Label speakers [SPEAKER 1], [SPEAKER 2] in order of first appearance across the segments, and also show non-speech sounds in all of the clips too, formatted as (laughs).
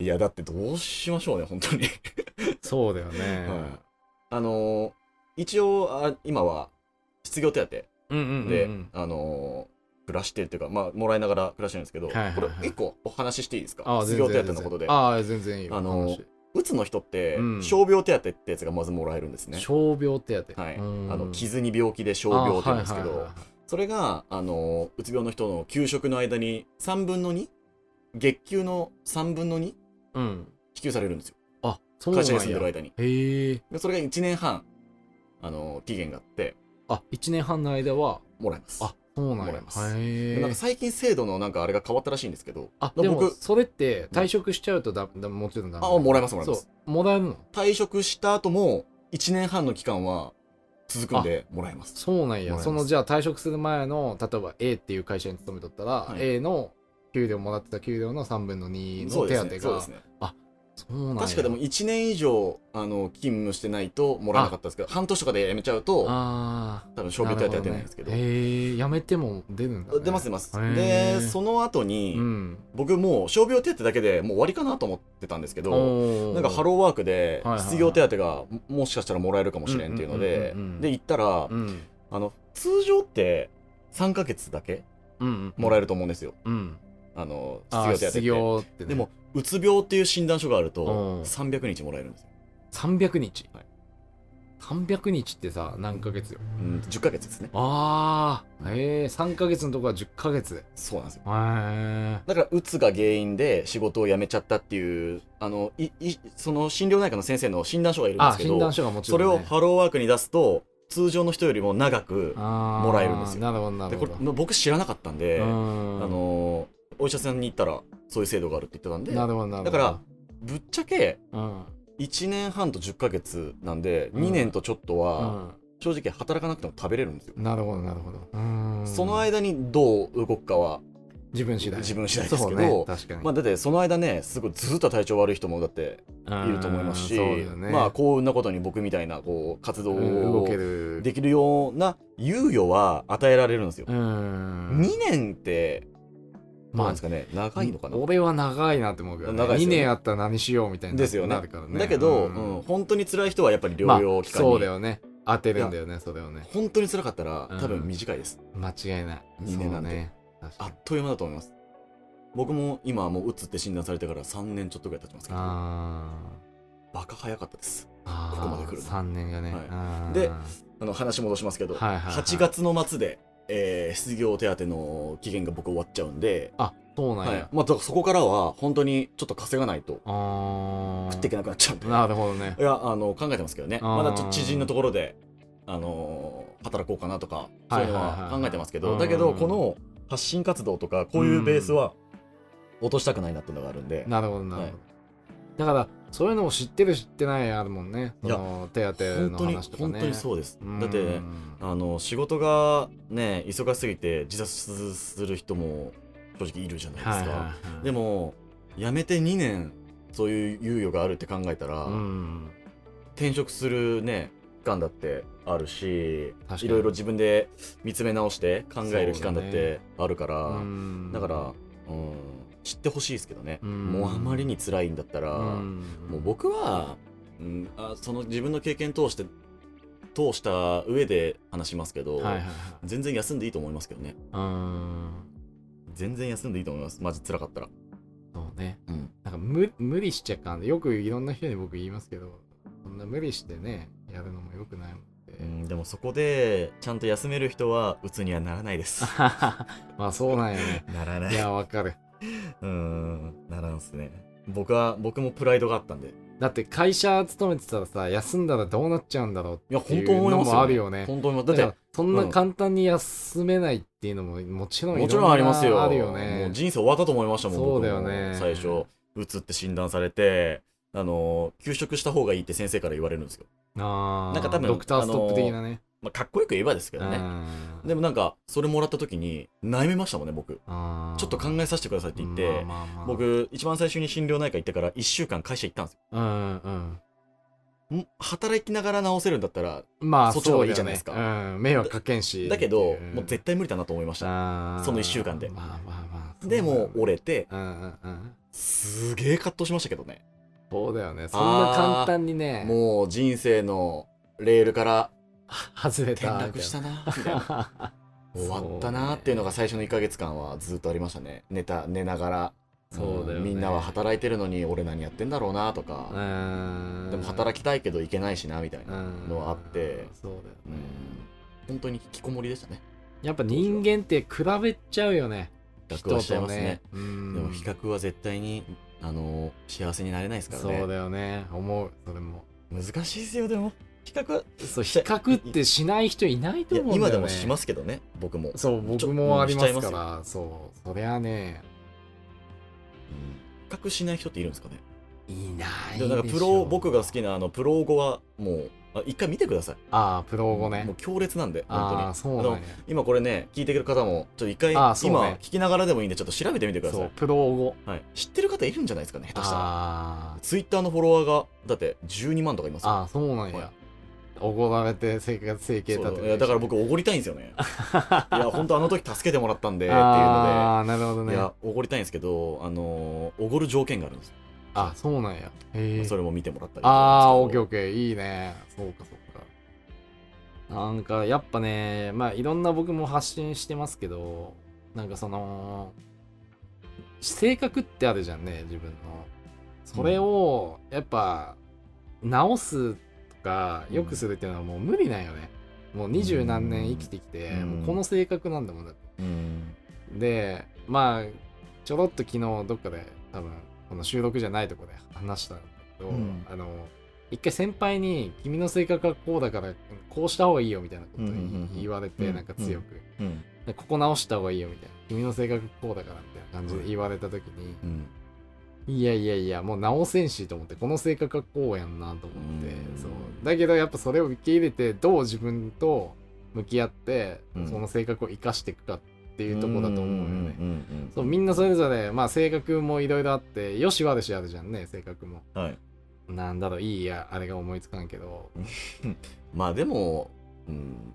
[SPEAKER 1] いや、だってどうしましょうね、本
[SPEAKER 2] (laughs)
[SPEAKER 1] 当に。
[SPEAKER 2] そうだよね。
[SPEAKER 1] はい。あのー一応、あ今は、失業手当
[SPEAKER 2] うんうんうんうん。
[SPEAKER 1] で、あのー暮らしてっていうか、まあ、もらいながら暮らしてるんですけど、
[SPEAKER 2] はいはいはい
[SPEAKER 1] これ、一個お話ししていいですか
[SPEAKER 2] ああ
[SPEAKER 1] 失
[SPEAKER 2] 全
[SPEAKER 1] 業
[SPEAKER 2] 然
[SPEAKER 1] 手当のことで。
[SPEAKER 2] ああ、全然いいよ。
[SPEAKER 1] あの
[SPEAKER 2] 話
[SPEAKER 1] うつの人って、
[SPEAKER 2] うん
[SPEAKER 1] 傷病手当ってやつがまずもらえるんですね。
[SPEAKER 2] 傷病手当。
[SPEAKER 1] はい。あ
[SPEAKER 2] うん
[SPEAKER 1] の、傷に病気で傷病って言うんですけ
[SPEAKER 2] あはいはい
[SPEAKER 1] ど
[SPEAKER 2] はい、はい
[SPEAKER 1] それが、あのーうつ病の人の休職の間に3分の2、月給の3分の2
[SPEAKER 2] うん。
[SPEAKER 1] 支給されるんですよ。
[SPEAKER 2] あ、そうな
[SPEAKER 1] 会
[SPEAKER 2] ん
[SPEAKER 1] 社
[SPEAKER 2] や
[SPEAKER 1] に住んでる間に。
[SPEAKER 2] へえ。
[SPEAKER 1] でそれが1年半、あのー期限があって、
[SPEAKER 2] あ、1年半の間は、
[SPEAKER 1] もらえます。
[SPEAKER 2] あ、そうな
[SPEAKER 1] も
[SPEAKER 2] ん
[SPEAKER 1] ら
[SPEAKER 2] や
[SPEAKER 1] えます。
[SPEAKER 2] へ
[SPEAKER 1] でなん
[SPEAKER 2] え
[SPEAKER 1] か。最近制度のなんかあれが変わったらしいんですけど、
[SPEAKER 2] あ、
[SPEAKER 1] 僕
[SPEAKER 2] でも、それって退職しちゃうとだ、だもちろんだ。
[SPEAKER 1] あもらえますもらえます
[SPEAKER 2] そう。もらえるの
[SPEAKER 1] 退職した後も1年半の期間は続くんでもらえます。
[SPEAKER 2] そうなん
[SPEAKER 1] もらえ
[SPEAKER 2] や。
[SPEAKER 1] ます
[SPEAKER 2] その、じゃあ退職する前の、例えば A っていう会社に勤めとったら、
[SPEAKER 1] はい
[SPEAKER 2] A の給料もらってた給料の3分の2
[SPEAKER 1] そ
[SPEAKER 2] の
[SPEAKER 1] う
[SPEAKER 2] 手
[SPEAKER 1] です
[SPEAKER 2] 当
[SPEAKER 1] ね。
[SPEAKER 2] が。
[SPEAKER 1] そうですね。
[SPEAKER 2] そうなんや
[SPEAKER 1] 確かでも、1年以上あの勤務してないともらえなかったんですけど、半年とかで辞めちゃうと、
[SPEAKER 2] ああ。
[SPEAKER 1] 多分傷病手当は出ないんですけど。
[SPEAKER 2] へえ、やめても出るんだ、ね。
[SPEAKER 1] 出ます出ます。
[SPEAKER 2] へー
[SPEAKER 1] で、その後に、
[SPEAKER 2] うん。
[SPEAKER 1] 僕もう傷病手当だけでもう終わりかなと思ってたんですけど、な
[SPEAKER 2] な
[SPEAKER 1] んかハローワークで
[SPEAKER 2] はいはいはい
[SPEAKER 1] 失業手当がももしかしたらもらえるかもしれんっていうので
[SPEAKER 2] うんうんうんうんうん、
[SPEAKER 1] で、行ったら
[SPEAKER 2] う、ん。
[SPEAKER 1] あの、通常って3ヶ月だけ
[SPEAKER 2] うん。
[SPEAKER 1] もらえ
[SPEAKER 2] る。
[SPEAKER 1] ると思うんですよ。
[SPEAKER 2] うん。
[SPEAKER 1] あの、
[SPEAKER 2] あー
[SPEAKER 1] 失
[SPEAKER 2] 失
[SPEAKER 1] 業手当って。
[SPEAKER 2] 業ってね。
[SPEAKER 1] でも、、うつ病っていう診断書がある
[SPEAKER 2] うん
[SPEAKER 1] と、300日もらえるんですよ。
[SPEAKER 2] 300日
[SPEAKER 1] はい。
[SPEAKER 2] 300日ってさ、何ヶ月よ。
[SPEAKER 1] うん、10ヶ月ですね。
[SPEAKER 2] ああ、へえ、3ヶ月のとこは10ヶ月。へ
[SPEAKER 1] そうなんですよ。
[SPEAKER 2] え。
[SPEAKER 1] だから、うつが原因で仕事を辞めちゃったっていう、あの、い、い、その診療内科の先生の診断書がいるんで
[SPEAKER 2] あ
[SPEAKER 1] す、け
[SPEAKER 2] 診断
[SPEAKER 1] ど、
[SPEAKER 2] 書がもちろ
[SPEAKER 1] そ
[SPEAKER 2] ん
[SPEAKER 1] れ
[SPEAKER 2] ね。
[SPEAKER 1] をハローワークに出すと、通常の人よりも長く、
[SPEAKER 2] も
[SPEAKER 1] もらえるんですよ
[SPEAKER 2] なるほど、な
[SPEAKER 1] で
[SPEAKER 2] る
[SPEAKER 1] こ
[SPEAKER 2] ほ
[SPEAKER 1] れ
[SPEAKER 2] ど。
[SPEAKER 1] 僕知らなかったんで、
[SPEAKER 2] う
[SPEAKER 1] あ
[SPEAKER 2] ん
[SPEAKER 1] の、お医者さんに行ったら、そういう制度があるって言ってた
[SPEAKER 2] なん
[SPEAKER 1] で、
[SPEAKER 2] るほど、なるほど。
[SPEAKER 1] だから、ぶっちゃけ、
[SPEAKER 2] うん。
[SPEAKER 1] 1年半と10ヶ月なんで、
[SPEAKER 2] うん
[SPEAKER 1] 2年とちょっと
[SPEAKER 2] う
[SPEAKER 1] は、
[SPEAKER 2] ん
[SPEAKER 1] 正直働かなくても食べれるんですよ。
[SPEAKER 2] なるほど、なるほど。うん
[SPEAKER 1] その間にどう動くかは、
[SPEAKER 2] 自分次第。
[SPEAKER 1] 自分次第ですけど
[SPEAKER 2] そうね確かに。
[SPEAKER 1] まあ、だってその間ね、すごいずっと体調悪い人もだっていると思いますし、
[SPEAKER 2] うんそうだよね
[SPEAKER 1] まあ幸運なことに僕みたいなこう活動
[SPEAKER 2] うん動
[SPEAKER 1] を
[SPEAKER 2] ける。
[SPEAKER 1] できるような猶予は与えられるんですよ。
[SPEAKER 2] うん。
[SPEAKER 1] 2年って、まあ、ですかね、長いのかな。
[SPEAKER 2] 俺は長いなって思うけど、ね、
[SPEAKER 1] 長いですよね
[SPEAKER 2] 2年あったら何しようみたいにな
[SPEAKER 1] ですよね
[SPEAKER 2] なるからね
[SPEAKER 1] だけど、
[SPEAKER 2] うん
[SPEAKER 1] うん本当に辛い人はやっぱり
[SPEAKER 2] まあ
[SPEAKER 1] 療養期間
[SPEAKER 2] そう
[SPEAKER 1] に、
[SPEAKER 2] だよね当てるんだよねそれをね
[SPEAKER 1] 本当に辛かったら
[SPEAKER 2] うん
[SPEAKER 1] 多分短いです。
[SPEAKER 2] 間違いない
[SPEAKER 1] 二年なんて
[SPEAKER 2] そうね確か
[SPEAKER 1] あ
[SPEAKER 2] に
[SPEAKER 1] っという間だと思います。僕も今もううつって診断されてから3年ちょっとぐらい経ちますけど、
[SPEAKER 2] あ
[SPEAKER 1] バカ早かったです。
[SPEAKER 2] ーあ
[SPEAKER 1] ここまで来るの
[SPEAKER 2] 3年がね、
[SPEAKER 1] はい
[SPEAKER 2] あー
[SPEAKER 1] であの話戻しますけど、
[SPEAKER 2] はいはいはい
[SPEAKER 1] 8月の末で、えー失業手当の期限が僕終わっちゃうんで、
[SPEAKER 2] あそうなんや、
[SPEAKER 1] はいまあ、だからそこからは本当にちょっと稼がないと
[SPEAKER 2] あー
[SPEAKER 1] 食っていけなくなっちゃうんで、
[SPEAKER 2] なるほどね
[SPEAKER 1] いやあの考えてますけどね
[SPEAKER 2] あ
[SPEAKER 1] ま
[SPEAKER 2] ー
[SPEAKER 1] だちょっと知人のところで、あのー働こうかなとかそういうの
[SPEAKER 2] はいはい
[SPEAKER 1] は
[SPEAKER 2] はい
[SPEAKER 1] 考えてますけど、
[SPEAKER 2] うん
[SPEAKER 1] だけどこの発信活動とかこういうベースは落としたくないなっていうのがあるんで、
[SPEAKER 2] なるほどなるほど、
[SPEAKER 1] はい
[SPEAKER 2] だからそういうのを知ってる知ってないあるもんねその手当
[SPEAKER 1] 本
[SPEAKER 2] の
[SPEAKER 1] 当に、
[SPEAKER 2] 話とかね
[SPEAKER 1] 本当にそうです、
[SPEAKER 2] うん
[SPEAKER 1] だってあの仕事がね忙しすぎて自殺する人も正直いるじゃないですか、
[SPEAKER 2] はいはいはい
[SPEAKER 1] でも辞めて2年そういう猶予があるって考えたら、
[SPEAKER 2] うん
[SPEAKER 1] 転職するね期間だってあるし
[SPEAKER 2] 確かに
[SPEAKER 1] いろいろ自分で見つめ直して考える期間だってあるからだ,、
[SPEAKER 2] うん
[SPEAKER 1] から、うん、知ってほしいですけどね、
[SPEAKER 2] うん
[SPEAKER 1] もうあまりに辛いんだったら、もう僕は、うん、あその自分の経験通して通した上で話しますけど、
[SPEAKER 2] はいはいはい、
[SPEAKER 1] 全然休んでいいと思いますけどね
[SPEAKER 2] うん
[SPEAKER 1] 全然休んでいいと思いますマジ辛かったら、
[SPEAKER 2] そうね
[SPEAKER 1] うん、
[SPEAKER 2] なんか無無理しちゃかんでよくいろんな人に僕言いますけどそんな無理してねやるのもよくないもんで、
[SPEAKER 1] うんでもそこでちゃんと休める人は鬱にはならないです
[SPEAKER 2] (laughs) まあそうなんやね
[SPEAKER 1] (laughs) ならない
[SPEAKER 2] やわかる
[SPEAKER 1] うーん、ならんっすね。僕は、僕もプライドがあったんで。い
[SPEAKER 2] だって会社勤めてたらさ休んだらどうなっちゃうんだろう
[SPEAKER 1] や、
[SPEAKER 2] って
[SPEAKER 1] 本
[SPEAKER 2] い
[SPEAKER 1] 当
[SPEAKER 2] う
[SPEAKER 1] 思い
[SPEAKER 2] の
[SPEAKER 1] ますよ、
[SPEAKER 2] もあるよね
[SPEAKER 1] 本当思います。だ
[SPEAKER 2] だ
[SPEAKER 1] っ
[SPEAKER 2] からそんな
[SPEAKER 1] うん
[SPEAKER 2] 簡単に休めないっていうのももちろ
[SPEAKER 1] て、
[SPEAKER 2] ん
[SPEAKER 1] もちろんありますよ。
[SPEAKER 2] いろんなあるよね
[SPEAKER 1] もう人生終わったと思いましたもん、
[SPEAKER 2] そうだよ
[SPEAKER 1] 僕も
[SPEAKER 2] ね
[SPEAKER 1] 最初、うつって診断されて、あの、休職した方がいいって先生から言われるんですよ。
[SPEAKER 2] あー
[SPEAKER 1] なんか多分
[SPEAKER 2] ドクターストップ的なね、
[SPEAKER 1] まあ、かっこよく言えばですけどね。
[SPEAKER 2] うん
[SPEAKER 1] でもなんか、それもらった時に、悩みましたもんね、僕。
[SPEAKER 2] あー
[SPEAKER 1] ちょっと考えさせてくださいって言って、
[SPEAKER 2] まあまあまあ
[SPEAKER 1] 僕、一番最初に診療内科行ってから1週間会社行ったんです
[SPEAKER 2] うんうん
[SPEAKER 1] よ。ん働きながら治せるんだったら、
[SPEAKER 2] まあ
[SPEAKER 1] そっちの方がいい
[SPEAKER 2] そうだよね
[SPEAKER 1] じゃないですか
[SPEAKER 2] うん、迷惑かけんし
[SPEAKER 1] だけど、
[SPEAKER 2] ん
[SPEAKER 1] もう絶対無理だなと思いました。
[SPEAKER 2] あー
[SPEAKER 1] その一週間で
[SPEAKER 2] まあまあまあ
[SPEAKER 1] でもう折れて、
[SPEAKER 2] うんうんうん
[SPEAKER 1] すげえ葛藤しましたけどね。
[SPEAKER 2] そうだよねそんな簡単にね
[SPEAKER 1] もう人生のレールから
[SPEAKER 2] 外れ
[SPEAKER 1] 転
[SPEAKER 2] た
[SPEAKER 1] 落したな、みた
[SPEAKER 2] (laughs)
[SPEAKER 1] いな。
[SPEAKER 2] た
[SPEAKER 1] 終わったなっていうのが最初の1ヶ月間はずっとありましたね。寝た、寝ながら。
[SPEAKER 2] そうだよね
[SPEAKER 1] んみんなは働いてるのに俺何やってんだろうなとか。
[SPEAKER 2] うーん
[SPEAKER 1] でも働きたいけど行けないしなみたいな、のあって
[SPEAKER 2] そうだよね、
[SPEAKER 1] うん、本当に引きこもりでしたね
[SPEAKER 2] やっぱ人間って比べちゃうよね
[SPEAKER 1] 比較はしちゃいますね
[SPEAKER 2] 人とうん
[SPEAKER 1] でも比較は絶対にあの幸せになれないですから
[SPEAKER 2] そう
[SPEAKER 1] ね
[SPEAKER 2] だよね思うそれも
[SPEAKER 1] 難しいですよでも比較は
[SPEAKER 2] そう比較ってしない人いないと
[SPEAKER 1] いや
[SPEAKER 2] 思うんだよね
[SPEAKER 1] 今でもしますすけどね僕も、
[SPEAKER 2] そう
[SPEAKER 1] ち
[SPEAKER 2] 僕
[SPEAKER 1] ょ
[SPEAKER 2] もあります
[SPEAKER 1] うん
[SPEAKER 2] か
[SPEAKER 1] しちゃい
[SPEAKER 2] らそうそりゃね
[SPEAKER 1] 比較しない人っているんですかね
[SPEAKER 2] いない
[SPEAKER 1] で
[SPEAKER 2] で
[SPEAKER 1] もなんかプ
[SPEAKER 2] し
[SPEAKER 1] ロ
[SPEAKER 2] ょ
[SPEAKER 1] 僕が好きなあのプロ語はもうあ一回見てください
[SPEAKER 2] ああプロ語ね
[SPEAKER 1] もう強烈なんで本当
[SPEAKER 2] あ
[SPEAKER 1] に
[SPEAKER 2] あそうなん
[SPEAKER 1] あ
[SPEAKER 2] や
[SPEAKER 1] の今これね聞いてる方もちょっと一回、
[SPEAKER 2] あーそう
[SPEAKER 1] 今
[SPEAKER 2] ね
[SPEAKER 1] 聞きながらでもいいんでちょっと調べてみてくださ
[SPEAKER 2] そう
[SPEAKER 1] い、
[SPEAKER 2] プロ語
[SPEAKER 1] はい、知ってる方いるんじゃないですかね下手したら
[SPEAKER 2] あ
[SPEAKER 1] ツイッターのフォロワーがだって12万とかいま
[SPEAKER 2] あ
[SPEAKER 1] すよ
[SPEAKER 2] ああそうなん
[SPEAKER 1] はい
[SPEAKER 2] やおごられて生活生計
[SPEAKER 1] そ
[SPEAKER 2] 立て
[SPEAKER 1] う
[SPEAKER 2] て
[SPEAKER 1] いやだから僕おごりたいんです
[SPEAKER 2] (laughs)
[SPEAKER 1] よねいや本当あの時助けてもらったんでっていうの
[SPEAKER 2] ああなるほど
[SPEAKER 1] で、
[SPEAKER 2] ね
[SPEAKER 1] いやおごりたいんですけどあのーおごる条件があるんですよ、
[SPEAKER 2] あそうなんやへえ
[SPEAKER 1] それも見てもらったり
[SPEAKER 2] ああ、オッケー
[SPEAKER 1] ー
[SPEAKER 2] オッケー、いいね。そうか、そうか。なんか、やっぱね、まあ、いろんな僕も発信してますけど、なんかその、性格ってあるじゃんね、自分の。それを、やっぱ、直すとか、良くするっていうのはもう無理なんよね。もう二十何年生きてきて、
[SPEAKER 1] うん
[SPEAKER 2] もうこの性格なんだもんだって
[SPEAKER 1] うん
[SPEAKER 2] でまあちょろっと昨日どっかで多分この収録じゃないとこで話したんだけど、
[SPEAKER 1] うん
[SPEAKER 2] あの一回先輩に「君の性格はこうだからこうした方がいいよ」みたいなことを
[SPEAKER 1] うんうんうんうん
[SPEAKER 2] 言われてなんか強く
[SPEAKER 1] うん
[SPEAKER 2] 「でここ直した方がいいよ」みたいな「君の性格こうだから」みたいな感じで言われた時に
[SPEAKER 1] うん
[SPEAKER 2] 「いやいやいやもう直せんし」と思ってこの性格はこうやんなと思って、
[SPEAKER 1] うん
[SPEAKER 2] そうだけどやっぱそれを受け入れてどう自分と向き合って、
[SPEAKER 1] うん
[SPEAKER 2] その性格を生かしていくかっていうとこだと
[SPEAKER 1] ん
[SPEAKER 2] 思うよね。
[SPEAKER 1] うんうん
[SPEAKER 2] そうみんなそれぞれ、まあ、性格もいろいろあってよし悪しあるじゃんね性格も
[SPEAKER 1] はい
[SPEAKER 2] なんだろういいやあれが思いつかんけど
[SPEAKER 1] まあでも、うん、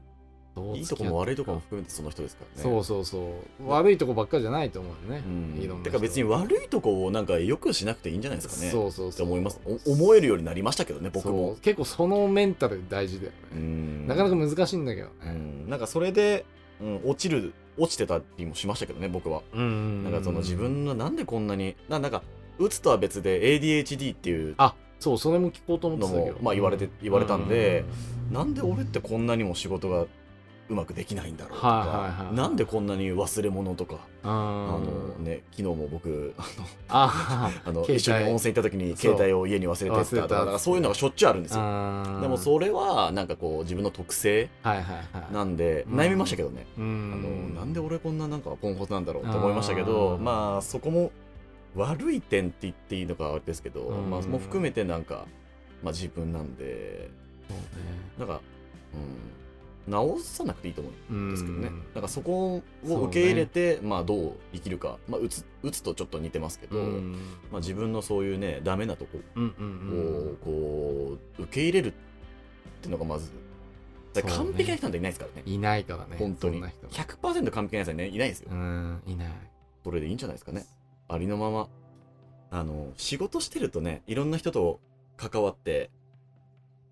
[SPEAKER 2] どう
[SPEAKER 1] いいと
[SPEAKER 2] 付き合って
[SPEAKER 1] こも悪いとこも含めてその人ですからね
[SPEAKER 2] そうそうそう悪いとこばっかりじゃないと思うよね、いろ
[SPEAKER 1] うんん、て
[SPEAKER 2] な
[SPEAKER 1] か別に悪いとこをなんか良くしなくていいんじゃない
[SPEAKER 2] い
[SPEAKER 1] ですかね
[SPEAKER 2] そううそう
[SPEAKER 1] って
[SPEAKER 2] そう
[SPEAKER 1] 思いますお思えるようになりましたけどね僕
[SPEAKER 2] そ
[SPEAKER 1] も
[SPEAKER 2] う結構そのメンタル大事だよね、
[SPEAKER 1] うん
[SPEAKER 2] なかなか難しいんだけどね
[SPEAKER 1] なんかそれで、うん、落ちる落ちてたりもしましたけどね僕は
[SPEAKER 2] うんうん
[SPEAKER 1] なんかその自分のなんでこんなにななんかうつとは別で ADHD っていう
[SPEAKER 2] あそうそれも聞こうと思って
[SPEAKER 1] の
[SPEAKER 2] たけ
[SPEAKER 1] も
[SPEAKER 2] ど、
[SPEAKER 1] まあ言われて言われたんで
[SPEAKER 2] う
[SPEAKER 1] なんで俺ってこんなにも仕事がうまくできないんだろうと
[SPEAKER 2] はいはい
[SPEAKER 1] か
[SPEAKER 2] はい
[SPEAKER 1] なんでこんなに忘れ物とか
[SPEAKER 2] うん
[SPEAKER 1] あの
[SPEAKER 2] あ
[SPEAKER 1] ね昨日も僕あのあ
[SPEAKER 2] あ
[SPEAKER 1] の
[SPEAKER 2] 携帯
[SPEAKER 1] 一緒に温泉行った時に
[SPEAKER 2] そう
[SPEAKER 1] 携帯を家に忘れてっ
[SPEAKER 2] 忘れ
[SPEAKER 1] たと
[SPEAKER 2] た
[SPEAKER 1] かなんかそういうのがしょっちゅうあるんですよ
[SPEAKER 2] あ
[SPEAKER 1] でも
[SPEAKER 2] う
[SPEAKER 1] それはなんかこう自分の特性
[SPEAKER 2] はいはいはい
[SPEAKER 1] なんで悩みましたけどね
[SPEAKER 2] う
[SPEAKER 1] あの
[SPEAKER 2] ん
[SPEAKER 1] なんで俺こんななんかポンコツなんだろうと思いましたけど
[SPEAKER 2] あー
[SPEAKER 1] まあそこも悪い点って言っていいのかあれですけど、
[SPEAKER 2] うん
[SPEAKER 1] まあ、もう含めてなんか、まあ、自分なんで
[SPEAKER 2] そうね
[SPEAKER 1] なんか、うん、直さなくていいと思
[SPEAKER 2] う
[SPEAKER 1] うん
[SPEAKER 2] ん
[SPEAKER 1] ですけどね、なんかそこを受け入れて、まあ、どう生きるか、まあ、うつうつとちょっと似てますけど、
[SPEAKER 2] うん
[SPEAKER 1] まあ、自分のそういうねダメなとこ
[SPEAKER 2] うんう
[SPEAKER 1] を、
[SPEAKER 2] ん
[SPEAKER 1] こう受け入れるっていうのがまずだから
[SPEAKER 2] そうね
[SPEAKER 1] 完璧な人なんていないですからね
[SPEAKER 2] うんいないからね
[SPEAKER 1] 本当
[SPEAKER 2] そん
[SPEAKER 1] に
[SPEAKER 2] な人
[SPEAKER 1] 100%完璧な人ねいないですよ、
[SPEAKER 2] うんいない
[SPEAKER 1] それでいいんじゃないですかねありのままあの仕事してるとねいろんな人と関わって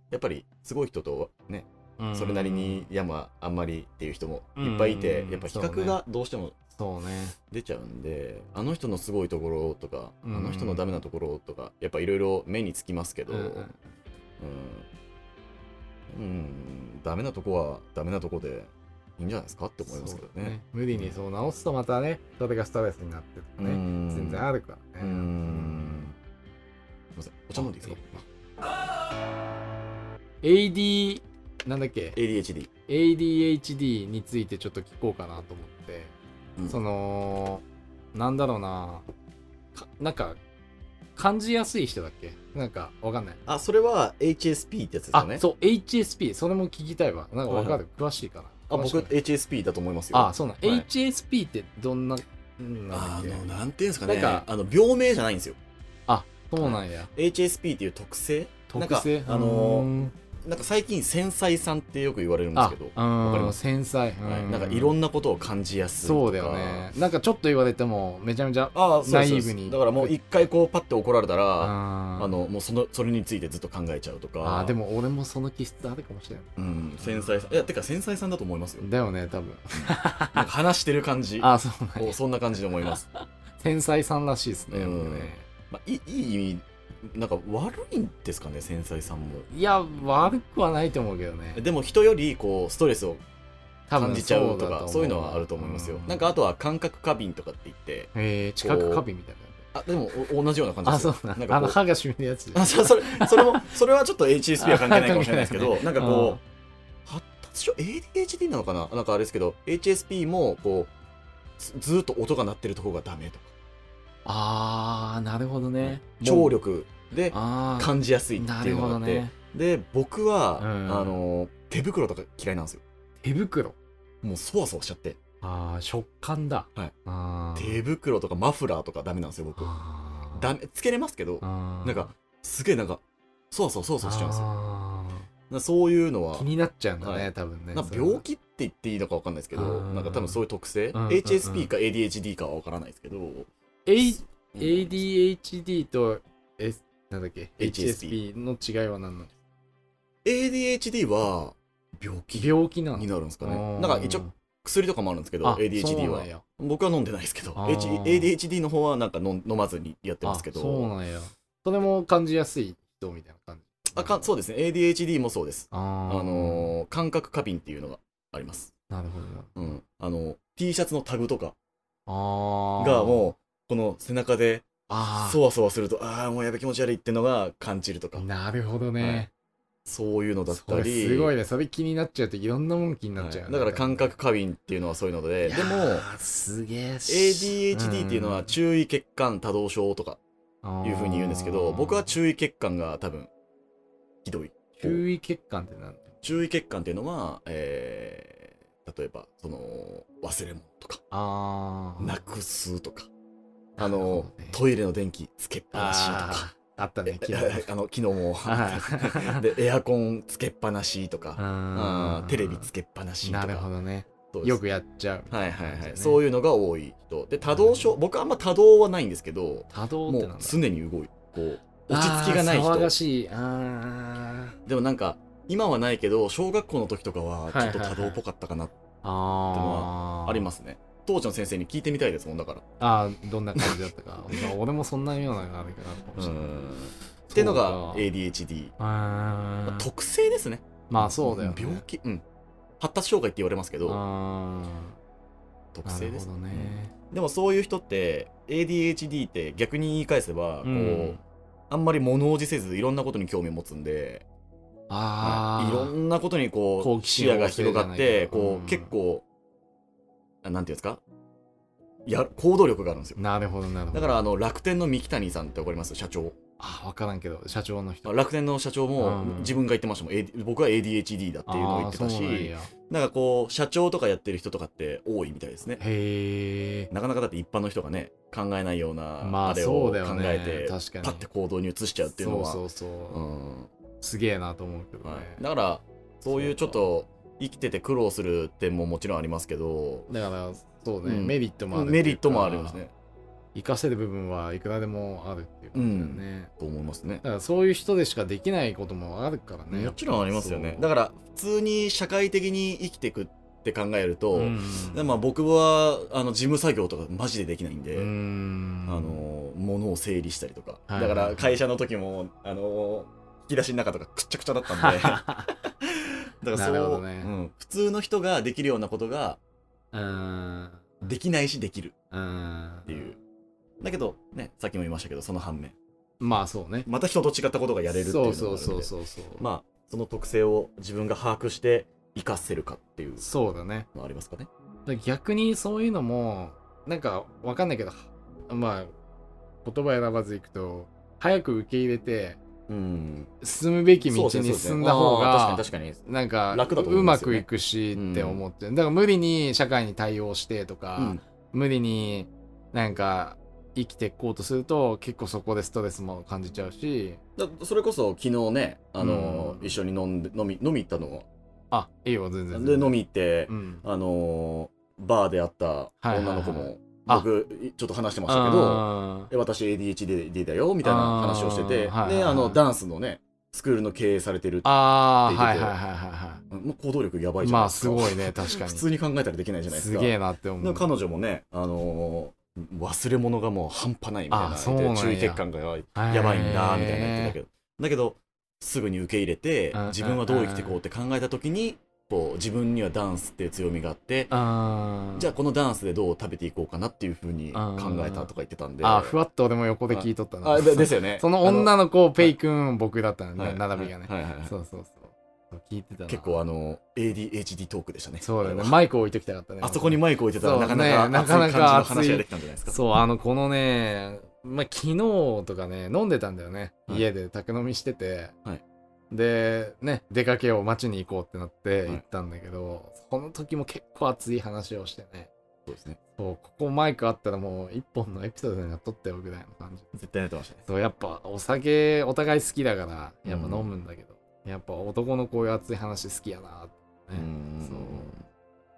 [SPEAKER 1] やっぱりすごい人とね
[SPEAKER 2] うん
[SPEAKER 1] それなりに山あんまりっていう人も
[SPEAKER 2] うん
[SPEAKER 1] いっぱいいて
[SPEAKER 2] うん
[SPEAKER 1] やっぱ比
[SPEAKER 2] そうね
[SPEAKER 1] 較がどうしても
[SPEAKER 2] そうね
[SPEAKER 1] 出ちゃうんであの人のすごいところとかあ
[SPEAKER 2] うん
[SPEAKER 1] の人のダメなところとかやっぱいろいろ目につきますけど
[SPEAKER 2] う
[SPEAKER 1] うんんうんダメなとこはダメなとこでいいんじゃないですかって思いますけど
[SPEAKER 2] そう
[SPEAKER 1] ね。
[SPEAKER 2] 無理にそう直すとまたねそれがストレスになってとかね
[SPEAKER 1] ね
[SPEAKER 2] 全然あるから
[SPEAKER 1] う
[SPEAKER 2] ね
[SPEAKER 1] ん。すみません、お茶飲んでいいですか
[SPEAKER 2] AD なんだっけ
[SPEAKER 1] ?ADHD。
[SPEAKER 2] ADHD についてちょっと聞こうかなと思って、
[SPEAKER 1] うん
[SPEAKER 2] そのなんだろうなかなんか感じやすい人だっけなんかわかんない
[SPEAKER 1] あ、それは HSP ってやつです
[SPEAKER 2] あ
[SPEAKER 1] よね。
[SPEAKER 2] そう HSP それも聞きたいわなんかわかる、詳しいかな
[SPEAKER 1] あ僕、
[SPEAKER 2] 詳しくない
[SPEAKER 1] HSP だと思いますよ。
[SPEAKER 2] あそうなの、
[SPEAKER 1] はい
[SPEAKER 2] HSP ってどんなうんなんだ
[SPEAKER 1] あ
[SPEAKER 2] っけ
[SPEAKER 1] の、なんていうんですかね。
[SPEAKER 2] なんか
[SPEAKER 1] あの、病名じゃないんですよ。
[SPEAKER 2] そうなんや
[SPEAKER 1] HSP っていう特性なん
[SPEAKER 2] 特性
[SPEAKER 1] か、あの、
[SPEAKER 2] うーん
[SPEAKER 1] なんか最近繊細さんってよく言われるんです
[SPEAKER 2] あ
[SPEAKER 1] けど、わかり
[SPEAKER 2] う
[SPEAKER 1] ま
[SPEAKER 2] ん
[SPEAKER 1] す
[SPEAKER 2] 繊細、うん
[SPEAKER 1] はい、なんかいろんなことを感じやすいとか
[SPEAKER 2] そうだよねなんかちょっと言われてもめちゃめちゃ
[SPEAKER 1] ああそうです
[SPEAKER 2] ナイーブに
[SPEAKER 1] だからもう一回こうパッて怒られたら、
[SPEAKER 2] あ
[SPEAKER 1] あのもうそのそれについてずっと考えちゃうとか
[SPEAKER 2] あーでも俺もその気質あるかもしれない
[SPEAKER 1] うん繊細さんいやてか繊細さんだと思いますよ
[SPEAKER 2] だよね多分
[SPEAKER 1] なんか話してる感じ
[SPEAKER 2] (laughs) あーそうなん
[SPEAKER 1] お
[SPEAKER 2] や
[SPEAKER 1] そんな感じで思います、
[SPEAKER 2] 繊細さんらしいですね,、
[SPEAKER 1] うん
[SPEAKER 2] 僕ね
[SPEAKER 1] まあ、いいいい意味なんか悪いんですかね繊細さんも
[SPEAKER 2] いや悪くはないと思うけどね
[SPEAKER 1] でも人よりこうストレスを
[SPEAKER 2] 多分
[SPEAKER 1] 感じちゃうとかそう
[SPEAKER 2] だ
[SPEAKER 1] いうのはあると思いますよ、
[SPEAKER 2] う
[SPEAKER 1] なんかあとは感覚過敏とかって言って
[SPEAKER 2] えー、知覚過敏みたい
[SPEAKER 1] あでもお (laughs) 同じような感
[SPEAKER 2] な
[SPEAKER 1] じ
[SPEAKER 2] あ
[SPEAKER 1] です
[SPEAKER 2] そ
[SPEAKER 1] よ
[SPEAKER 2] うな
[SPEAKER 1] な
[SPEAKER 2] ん
[SPEAKER 1] んか
[SPEAKER 2] あの
[SPEAKER 1] こう
[SPEAKER 2] 歯が染みる
[SPEAKER 1] (laughs)
[SPEAKER 2] やつ
[SPEAKER 1] あそそれそれもそれはちょっと HSP は関係ないかもしれないですけど、なんかこう発達症 ADHD なのかななんかあれですけど HSP もこうずずーっと音が鳴ってるとこがダメとか、
[SPEAKER 2] あーなるほどね
[SPEAKER 1] 聴力で
[SPEAKER 2] ああ
[SPEAKER 1] 感じやすいって
[SPEAKER 2] な
[SPEAKER 1] いう
[SPEAKER 2] る
[SPEAKER 1] の
[SPEAKER 2] ほ
[SPEAKER 1] があ
[SPEAKER 2] ど
[SPEAKER 1] って、
[SPEAKER 2] ね
[SPEAKER 1] で僕は、
[SPEAKER 2] うん
[SPEAKER 1] あの手袋とか嫌いなんですよ
[SPEAKER 2] 手袋
[SPEAKER 1] もうそわそわしちゃって
[SPEAKER 2] ああ食感だ
[SPEAKER 1] はい
[SPEAKER 2] あー
[SPEAKER 1] 手袋とかマフラーとかダメなんですよ僕
[SPEAKER 2] あー
[SPEAKER 1] ダメつけれますけど
[SPEAKER 2] あー
[SPEAKER 1] なんかすげえなんかそわそわそわそわしちゃうんですよ
[SPEAKER 2] あ
[SPEAKER 1] なそういうのは
[SPEAKER 2] ー気になっちゃうんだね、
[SPEAKER 1] はい
[SPEAKER 2] 多分ね
[SPEAKER 1] なんか病気って言っていいのかわかんないですけど
[SPEAKER 2] うん
[SPEAKER 1] なんか多分そういう特性
[SPEAKER 2] うん
[SPEAKER 1] HSP か ADHD かはわからないですけど
[SPEAKER 2] それは A-
[SPEAKER 1] うん
[SPEAKER 2] ADHD と S なんだっけ
[SPEAKER 1] HSP
[SPEAKER 2] HSP の違いは何なの
[SPEAKER 1] ADHD は病気
[SPEAKER 2] 病気なの
[SPEAKER 1] になるんですかね
[SPEAKER 2] あー
[SPEAKER 1] なんか一応薬とかもあるんですけど
[SPEAKER 2] あ
[SPEAKER 1] ADHD
[SPEAKER 2] そう
[SPEAKER 1] は
[SPEAKER 2] なんや
[SPEAKER 1] 僕は飲んでないですけど
[SPEAKER 2] あー
[SPEAKER 1] H ADHD の方はなんか飲ん飲まずにやってますけ
[SPEAKER 2] あそう
[SPEAKER 1] ど
[SPEAKER 2] なんやそれも感じやすい人みたいな感じ
[SPEAKER 1] あかそうですね ADHD もそうです
[SPEAKER 2] あ
[SPEAKER 1] あ
[SPEAKER 2] ー
[SPEAKER 1] のー感覚過敏っていうのがあります
[SPEAKER 2] なるほどな
[SPEAKER 1] うんあの T シャツのタグとか
[SPEAKER 2] あ
[SPEAKER 1] が
[SPEAKER 2] う
[SPEAKER 1] もうこの背中で
[SPEAKER 2] あ
[SPEAKER 1] そわそわするとああもうやべ気持ち悪いってのが感じるとか
[SPEAKER 2] あなるほどね、
[SPEAKER 1] そういうのだっ
[SPEAKER 2] そ
[SPEAKER 1] た
[SPEAKER 2] れ
[SPEAKER 1] り
[SPEAKER 2] すごいねそれ気になっちゃうといろんなもん気になっちゃ
[SPEAKER 1] は
[SPEAKER 2] うよ
[SPEAKER 1] い
[SPEAKER 2] ね、
[SPEAKER 1] だから感覚過敏っていうのはそういうので
[SPEAKER 2] で
[SPEAKER 1] でも
[SPEAKER 2] すげえ
[SPEAKER 1] ADHD っていうのは注意欠陥多動症とかいうふうに言うんですけど僕は注意欠陥が多分ひどい
[SPEAKER 2] 注意欠陥ってなんだ
[SPEAKER 1] 注意欠陥っていうのは、えー例えばその忘れ物とか
[SPEAKER 2] ああ
[SPEAKER 1] なくすとかあ
[SPEAKER 2] なるほ
[SPEAKER 1] の、
[SPEAKER 2] どね
[SPEAKER 1] トイレの電気つけっぱなしとか
[SPEAKER 2] あった (laughs) ね聞いたね
[SPEAKER 1] (laughs) あの昨日も
[SPEAKER 2] はい
[SPEAKER 1] (laughs) でエアコンつけっぱなしとか
[SPEAKER 2] (laughs) あ
[SPEAKER 1] あ
[SPEAKER 2] ー
[SPEAKER 1] ーテレビつけっぱなしとか
[SPEAKER 2] なるほどね
[SPEAKER 1] そうです
[SPEAKER 2] よくやっちゃう
[SPEAKER 1] はいはいはい、
[SPEAKER 2] ね
[SPEAKER 1] そういうのが多い人で多動症僕はあんま多動はないんですけど
[SPEAKER 2] 多動っ
[SPEAKER 1] も
[SPEAKER 2] てな
[SPEAKER 1] うん
[SPEAKER 2] だ
[SPEAKER 1] 常に動いこう落ち着きがない
[SPEAKER 2] あー騒が
[SPEAKER 1] 人
[SPEAKER 2] しいあ
[SPEAKER 1] でもなんか今はないけど小学校の時とかはちょっと多動っぽかったかな
[SPEAKER 2] ーあー
[SPEAKER 1] ありますね当時の先生に聞いてみたいですもんだから
[SPEAKER 2] あーどんな感じだったか (laughs) まあ俺もそんなようなのあるかなかもしれない
[SPEAKER 1] ってのが
[SPEAKER 2] そうか
[SPEAKER 1] ADHD
[SPEAKER 2] あー
[SPEAKER 1] 特性ですね
[SPEAKER 2] まあそうだよね
[SPEAKER 1] 病気うん発達障害って言われますけど
[SPEAKER 2] あ
[SPEAKER 1] 特
[SPEAKER 2] ーな
[SPEAKER 1] 性
[SPEAKER 2] る
[SPEAKER 1] で
[SPEAKER 2] ほ
[SPEAKER 1] す
[SPEAKER 2] どね、
[SPEAKER 1] うんでもそういう人って ADHD って逆に言い返せばこう、
[SPEAKER 2] うん
[SPEAKER 1] あんまり物おじせずいろんなことに興味を持つんで、
[SPEAKER 2] ああ
[SPEAKER 1] いろんなことにこ
[SPEAKER 2] 好
[SPEAKER 1] う
[SPEAKER 2] 奇
[SPEAKER 1] 視
[SPEAKER 2] 心旺
[SPEAKER 1] 野
[SPEAKER 2] 盛
[SPEAKER 1] が広がっ
[SPEAKER 2] じゃない
[SPEAKER 1] て
[SPEAKER 2] けど
[SPEAKER 1] こ
[SPEAKER 2] うん
[SPEAKER 1] う結構あなんていうんですかや行動力があるんですよ
[SPEAKER 2] なるほどなるほど
[SPEAKER 1] だからあの楽天の三木谷さんってわかります社長
[SPEAKER 2] あ分からんけど社長の人
[SPEAKER 1] 楽天の社長も
[SPEAKER 2] うん
[SPEAKER 1] 自分が言ってましたもん、AD 僕は ADHD だっていうのを言ってた
[SPEAKER 2] あーそうなん
[SPEAKER 1] し
[SPEAKER 2] や
[SPEAKER 1] なんかこう社長とかやってる人とかって多いみたいですね
[SPEAKER 2] へえ
[SPEAKER 1] なかなかだって一般の人がね考えないような
[SPEAKER 2] ま
[SPEAKER 1] あ
[SPEAKER 2] あ
[SPEAKER 1] れ
[SPEAKER 2] そ
[SPEAKER 1] を
[SPEAKER 2] う
[SPEAKER 1] 考
[SPEAKER 2] だよね
[SPEAKER 1] えて、
[SPEAKER 2] 確かに
[SPEAKER 1] パッて行動に移しちゃうっていうのは
[SPEAKER 2] そうそうそう、
[SPEAKER 1] うん
[SPEAKER 2] すげえなと思うけどね、
[SPEAKER 1] はい、だからそういうちょっと生きてて苦労する点ももちろんありますけど
[SPEAKER 2] だからそうね、
[SPEAKER 1] うん
[SPEAKER 2] メリットもあるってい
[SPEAKER 1] メ
[SPEAKER 2] うか
[SPEAKER 1] リットもありますね
[SPEAKER 2] 活かせる部分はいくらでもあるっていうことだよね、
[SPEAKER 1] と思いますね
[SPEAKER 2] だからそういう人でしかできないこともあるからね
[SPEAKER 1] もちろんありますよね
[SPEAKER 2] そう
[SPEAKER 1] だから普通に社会的に生きていくって考えると、
[SPEAKER 2] うん
[SPEAKER 1] でまあ、僕はあの事務作業とかマジでできないんで、
[SPEAKER 2] うん
[SPEAKER 1] あ
[SPEAKER 2] (laughs)
[SPEAKER 1] の物を整理したりとか、
[SPEAKER 2] はい
[SPEAKER 1] だから会社の時もあの引き出しの中とかくっちゃくちゃだったんでだ (laughs) からそう
[SPEAKER 2] なるほどね
[SPEAKER 1] うん普通の人ができるようなことが
[SPEAKER 2] うん
[SPEAKER 1] できないしできる
[SPEAKER 2] うん
[SPEAKER 1] っていう。だけど、ね、さっきも言いましたけど、その反面、
[SPEAKER 2] まあそうね
[SPEAKER 1] また人と違ったことがやれるっていうのがあるんで、
[SPEAKER 2] そうそうそうそうそう
[SPEAKER 1] まあ、その特性を自分が把握して活かせるかっていう
[SPEAKER 2] そうだね
[SPEAKER 1] のはありますかね。
[SPEAKER 2] だから逆にそういうのもなんかわかんないけどまあ言葉選ばずいくと早く受け入れて
[SPEAKER 1] うん。
[SPEAKER 2] 進むべき
[SPEAKER 1] そう
[SPEAKER 2] 道
[SPEAKER 1] ですね
[SPEAKER 2] に
[SPEAKER 1] そうですね
[SPEAKER 2] 進んだ方
[SPEAKER 1] あ
[SPEAKER 2] が
[SPEAKER 1] ー確かに確か
[SPEAKER 2] なんか
[SPEAKER 1] 楽だと思
[SPEAKER 2] う
[SPEAKER 1] いま
[SPEAKER 2] ます
[SPEAKER 1] よ
[SPEAKER 2] く
[SPEAKER 1] ね
[SPEAKER 2] いくしって思ってるだから無理に社会に対応してとか、
[SPEAKER 1] に。うん
[SPEAKER 2] 無理になんか生きていこうとすると結構そこでストレスも感じちゃうし
[SPEAKER 1] だそれこそ昨日ねあの、
[SPEAKER 2] うん
[SPEAKER 1] 一緒に飲んで飲み飲み行ったの
[SPEAKER 2] あいいよ全然
[SPEAKER 1] で
[SPEAKER 2] 全然
[SPEAKER 1] 飲み行って
[SPEAKER 2] う、ん
[SPEAKER 1] あのバーで会った女の子
[SPEAKER 2] はいはい
[SPEAKER 1] も
[SPEAKER 2] あ
[SPEAKER 1] 僕ちょっと話してましたけど
[SPEAKER 2] あー
[SPEAKER 1] え私 ADHD だよみたいな話をしてて
[SPEAKER 2] あーはいはいはい
[SPEAKER 1] であのダンスのねスクールの経営されてる
[SPEAKER 2] あー
[SPEAKER 1] っ
[SPEAKER 2] は
[SPEAKER 1] て
[SPEAKER 2] い
[SPEAKER 1] 言
[SPEAKER 2] は
[SPEAKER 1] っ
[SPEAKER 2] い
[SPEAKER 1] て
[SPEAKER 2] はいは
[SPEAKER 1] うんもう行動力やば
[SPEAKER 2] いはい
[SPEAKER 1] いじゃな
[SPEAKER 2] ま
[SPEAKER 1] い
[SPEAKER 2] あ
[SPEAKER 1] です
[SPEAKER 2] す
[SPEAKER 1] か、
[SPEAKER 2] ごいね確かに
[SPEAKER 1] 普通に考えたらできないじゃないです
[SPEAKER 2] す
[SPEAKER 1] か
[SPEAKER 2] げえなって思
[SPEAKER 1] で
[SPEAKER 2] う
[SPEAKER 1] 彼女もね、あのー忘れ物がもう半端ないみたいな
[SPEAKER 2] あそうなんや
[SPEAKER 1] 注意欠陥がやばいんだみたいな言ってたけどだけどすぐに受け入れて
[SPEAKER 2] うん
[SPEAKER 1] 自分はどう生きていこうって考えた時にこう自分にはダンスっていう強みがあって
[SPEAKER 2] あー
[SPEAKER 1] じゃあこのダンスでどう食べていこうかなっていうふうに考えたとか言ってたんで
[SPEAKER 2] あーふわっと俺も横で聞いとったな
[SPEAKER 1] あでですよね
[SPEAKER 2] (laughs) その
[SPEAKER 1] あ
[SPEAKER 2] 女の子ペイ君僕だったの
[SPEAKER 1] はい
[SPEAKER 2] ね並びがね
[SPEAKER 1] はいはいはい
[SPEAKER 2] そうそうそうそう聞いてたな
[SPEAKER 1] 結構あの ADHD トークでしたね
[SPEAKER 2] そうだよね
[SPEAKER 1] あれは
[SPEAKER 2] マイク置いてきたかったね
[SPEAKER 1] あそこにマイク置いてたら
[SPEAKER 2] そう
[SPEAKER 1] なか
[SPEAKER 2] ね
[SPEAKER 1] な
[SPEAKER 2] なか
[SPEAKER 1] か
[SPEAKER 2] な
[SPEAKER 1] 熱い感
[SPEAKER 2] か
[SPEAKER 1] じの話
[SPEAKER 2] 熱い
[SPEAKER 1] ができたんじゃないですか
[SPEAKER 2] そうあのこのね、まあ、昨日とかね飲んでたんだよね、
[SPEAKER 1] はい
[SPEAKER 2] 家で宅飲みしてて、
[SPEAKER 1] はい
[SPEAKER 2] でね出かけよう街に行こうってなって
[SPEAKER 1] はい
[SPEAKER 2] 行ったんだけど、その時も結構熱い話をしてね
[SPEAKER 1] そうですね
[SPEAKER 2] そうここマイクあったらもう一本のエピソードになっとったよぐらいの感じ
[SPEAKER 1] 絶対やってましたね
[SPEAKER 2] そうやっぱお酒お互い好きだからやっぱ飲むんだけど、やっぱ男のこういう熱い話好きやなってね、そう
[SPEAKER 1] う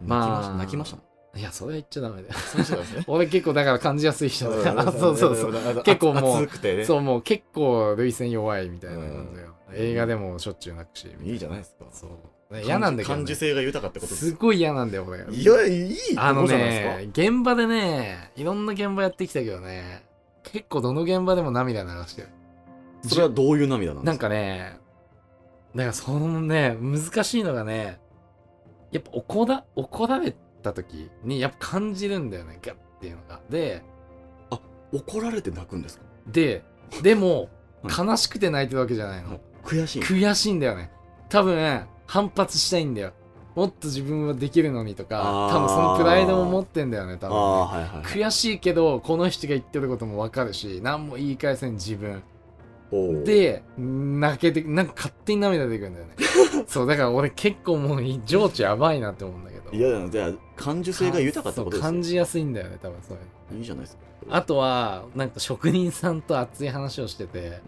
[SPEAKER 2] まあ
[SPEAKER 1] 泣きました。泣
[SPEAKER 2] いやそれは言っちゃダメだよ (laughs)
[SPEAKER 1] きましたもん。そうですね
[SPEAKER 2] 俺結構だから感じやすい人だから (laughs) そうそうそう
[SPEAKER 1] う
[SPEAKER 2] 結構もう
[SPEAKER 1] 熱くてね。
[SPEAKER 2] そうもう結構涙腺弱いみたいな感じよ、
[SPEAKER 1] うん
[SPEAKER 2] 映画でもしょっちゅう泣くしみたいない
[SPEAKER 1] いじゃないですか。
[SPEAKER 2] そう、ね、嫌なんだけど、
[SPEAKER 1] 感
[SPEAKER 2] ね、
[SPEAKER 1] じ性が豊かってことです
[SPEAKER 2] す。ごい嫌なんだよ俺
[SPEAKER 1] いや、いい
[SPEAKER 2] あの
[SPEAKER 1] ことじゃないですか。
[SPEAKER 2] ね現場でねいろんな現場やってきたけどね結構どの現場でも涙流してる
[SPEAKER 1] それはどういう涙なんで
[SPEAKER 2] なん
[SPEAKER 1] すか
[SPEAKER 2] かねだからそのね難しいのがねやっぱ怒ら怒られた時にやっぱ感じるんだよねガッっていうのがで
[SPEAKER 1] 怒られて泣くんですか
[SPEAKER 2] ででも
[SPEAKER 1] は
[SPEAKER 2] 悲しくて泣いてるわけじゃないの、
[SPEAKER 1] 悔しい。
[SPEAKER 2] 悔しいんだよね多分反発したいんだよもっと自分はできるのにとか
[SPEAKER 1] あー
[SPEAKER 2] 多分そのプライドも持ってんだよね多
[SPEAKER 1] あ
[SPEAKER 2] 分
[SPEAKER 1] あ、はいはいはい。
[SPEAKER 2] 悔しいけどこの人が言ってることもわかるし何も言い返せん自分
[SPEAKER 1] おう、
[SPEAKER 2] で泣けてなんか勝手に涙出てくる
[SPEAKER 1] (laughs)
[SPEAKER 2] んだよねそうだから俺結構もう情緒やばいなって思うんだけど
[SPEAKER 1] いや、じゃあ、感受性が豊かってことで
[SPEAKER 2] そう
[SPEAKER 1] すよ
[SPEAKER 2] 感じやすいんだよね多分そういうの
[SPEAKER 1] いいじゃないですか。
[SPEAKER 2] あとはなんか職人さんと熱い話をしてて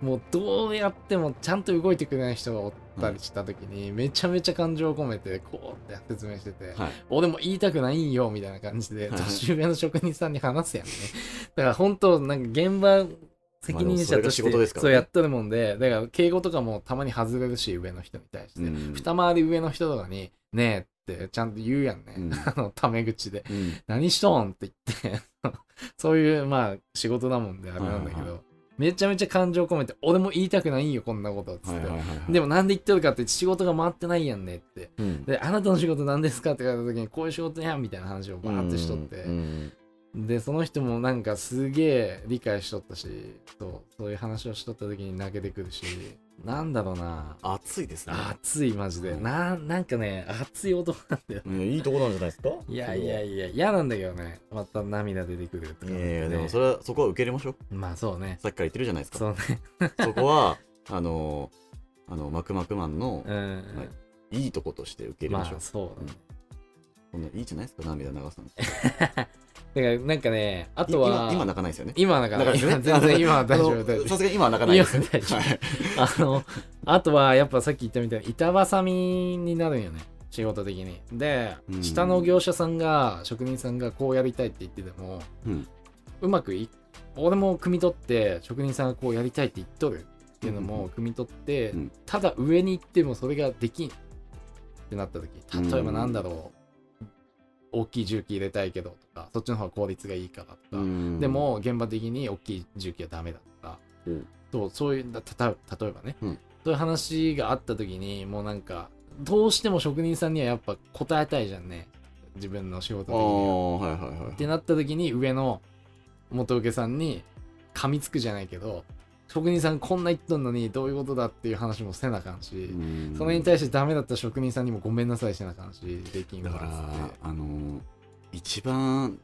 [SPEAKER 2] もうどうやってもちゃんと動いてくれない人がおったりした時にめちゃめちゃ感情を込めてこうって説明してて、
[SPEAKER 1] はい
[SPEAKER 2] 俺も言いたくないよみたいな感じで
[SPEAKER 1] はい
[SPEAKER 2] 年上の職人さんに話す
[SPEAKER 1] (laughs)
[SPEAKER 2] やんねだから本当なんか現場責任者として、
[SPEAKER 1] まあでもそれが仕事ですからね
[SPEAKER 2] そうやっとるもんでだから敬語とかもたまに外れるし上の人に対して、
[SPEAKER 1] うん
[SPEAKER 2] 二回り上の人とかに「ねえ」ってちゃんと言うやんね、
[SPEAKER 1] うん
[SPEAKER 2] (laughs) あのタメ口で
[SPEAKER 1] うん
[SPEAKER 2] 何しとんって言って (laughs) そういうまあ仕事だもんであれなんだけど、
[SPEAKER 1] はいはいは
[SPEAKER 2] めちゃめちゃ感情込めて俺も言いたくないよこんなことっつっ
[SPEAKER 1] はい
[SPEAKER 2] て、
[SPEAKER 1] はいはい。
[SPEAKER 2] で
[SPEAKER 1] も、
[SPEAKER 2] もなんで言ってるかって仕事が回ってないやんねって
[SPEAKER 1] うん
[SPEAKER 2] であなたの仕事なんですかって言われた時にこういう仕事やんみたいな話をバーってしとって、
[SPEAKER 1] うん
[SPEAKER 2] でその人もなんかすげえ理解しとったしそうそういう話をしとった時に泣けてくるしなんだろうな
[SPEAKER 1] 熱いですね。
[SPEAKER 2] 熱いマジで、
[SPEAKER 1] うん
[SPEAKER 2] ななんかね熱い男なんだよ
[SPEAKER 1] うんいいとこなんじゃないですか
[SPEAKER 2] いやいや
[SPEAKER 1] い
[SPEAKER 2] いや、嫌なんだけどね。また涙出てくるとか、
[SPEAKER 1] や
[SPEAKER 2] ね。
[SPEAKER 1] いや、でもそれは、そこは受け入れましょう。
[SPEAKER 2] まあそうね。
[SPEAKER 1] さっきから言ってるじゃないですか。
[SPEAKER 2] そうね。
[SPEAKER 1] そこは、あのあの、マクマクマンの
[SPEAKER 2] うん、
[SPEAKER 1] ははいいとことして受け入れ
[SPEAKER 2] ま
[SPEAKER 1] ましょう
[SPEAKER 2] あ。そう、ね。
[SPEAKER 1] こんないいじゃないですか、涙流すの。
[SPEAKER 2] だからなんかね、あ
[SPEAKER 1] あ
[SPEAKER 2] とは、
[SPEAKER 1] 今、今泣かないですよね。
[SPEAKER 2] 今なんか、
[SPEAKER 1] 泣かないです
[SPEAKER 2] 今
[SPEAKER 1] よね。
[SPEAKER 2] 全然今は
[SPEAKER 1] あの
[SPEAKER 2] 大丈
[SPEAKER 1] あ
[SPEAKER 2] 夫、
[SPEAKER 1] の
[SPEAKER 2] 大丈
[SPEAKER 1] さ
[SPEAKER 2] 夫。
[SPEAKER 1] すがに今は泣かないですよね。
[SPEAKER 2] 今は大丈夫
[SPEAKER 1] はい
[SPEAKER 2] あの、あとはやっぱさっき言ったみたいに板挟みになるんよね。仕事的に。で
[SPEAKER 1] う、ん
[SPEAKER 2] 下の業者さんが、職人さんがこうやりたいって言ってても、
[SPEAKER 1] うん
[SPEAKER 2] うまくい俺も汲み取って職人さんがこうやりたいって言っとるっていうのも汲み取って、
[SPEAKER 1] うん
[SPEAKER 2] ただ上に行ってもそれができんってなった時例えばなんだろう、大きい重機入れたいけどとかそっちの方が効率がいいからとか、
[SPEAKER 1] うん
[SPEAKER 2] で、も現場的に大きい重機はダメだとか、
[SPEAKER 1] うん
[SPEAKER 2] そうそういうたた例えばね、
[SPEAKER 1] うん
[SPEAKER 2] そういう話があった時にもうなんかどうしても職人さんにはやっぱ答えたいじゃんね自分の仕事
[SPEAKER 1] あ
[SPEAKER 2] 的には。
[SPEAKER 1] あ、はいはいは
[SPEAKER 2] ってなった時に上の元請けさんに噛みつくじゃないけど職人さんこんな言っとんのにどういうことだっていう話もせなあかん
[SPEAKER 1] い
[SPEAKER 2] し、
[SPEAKER 1] うん。
[SPEAKER 2] それに対してダメだった職人さんにもごめんなさいせなあかんしできん
[SPEAKER 1] だ
[SPEAKER 2] わ
[SPEAKER 1] か
[SPEAKER 2] つって
[SPEAKER 1] ら、あの、一番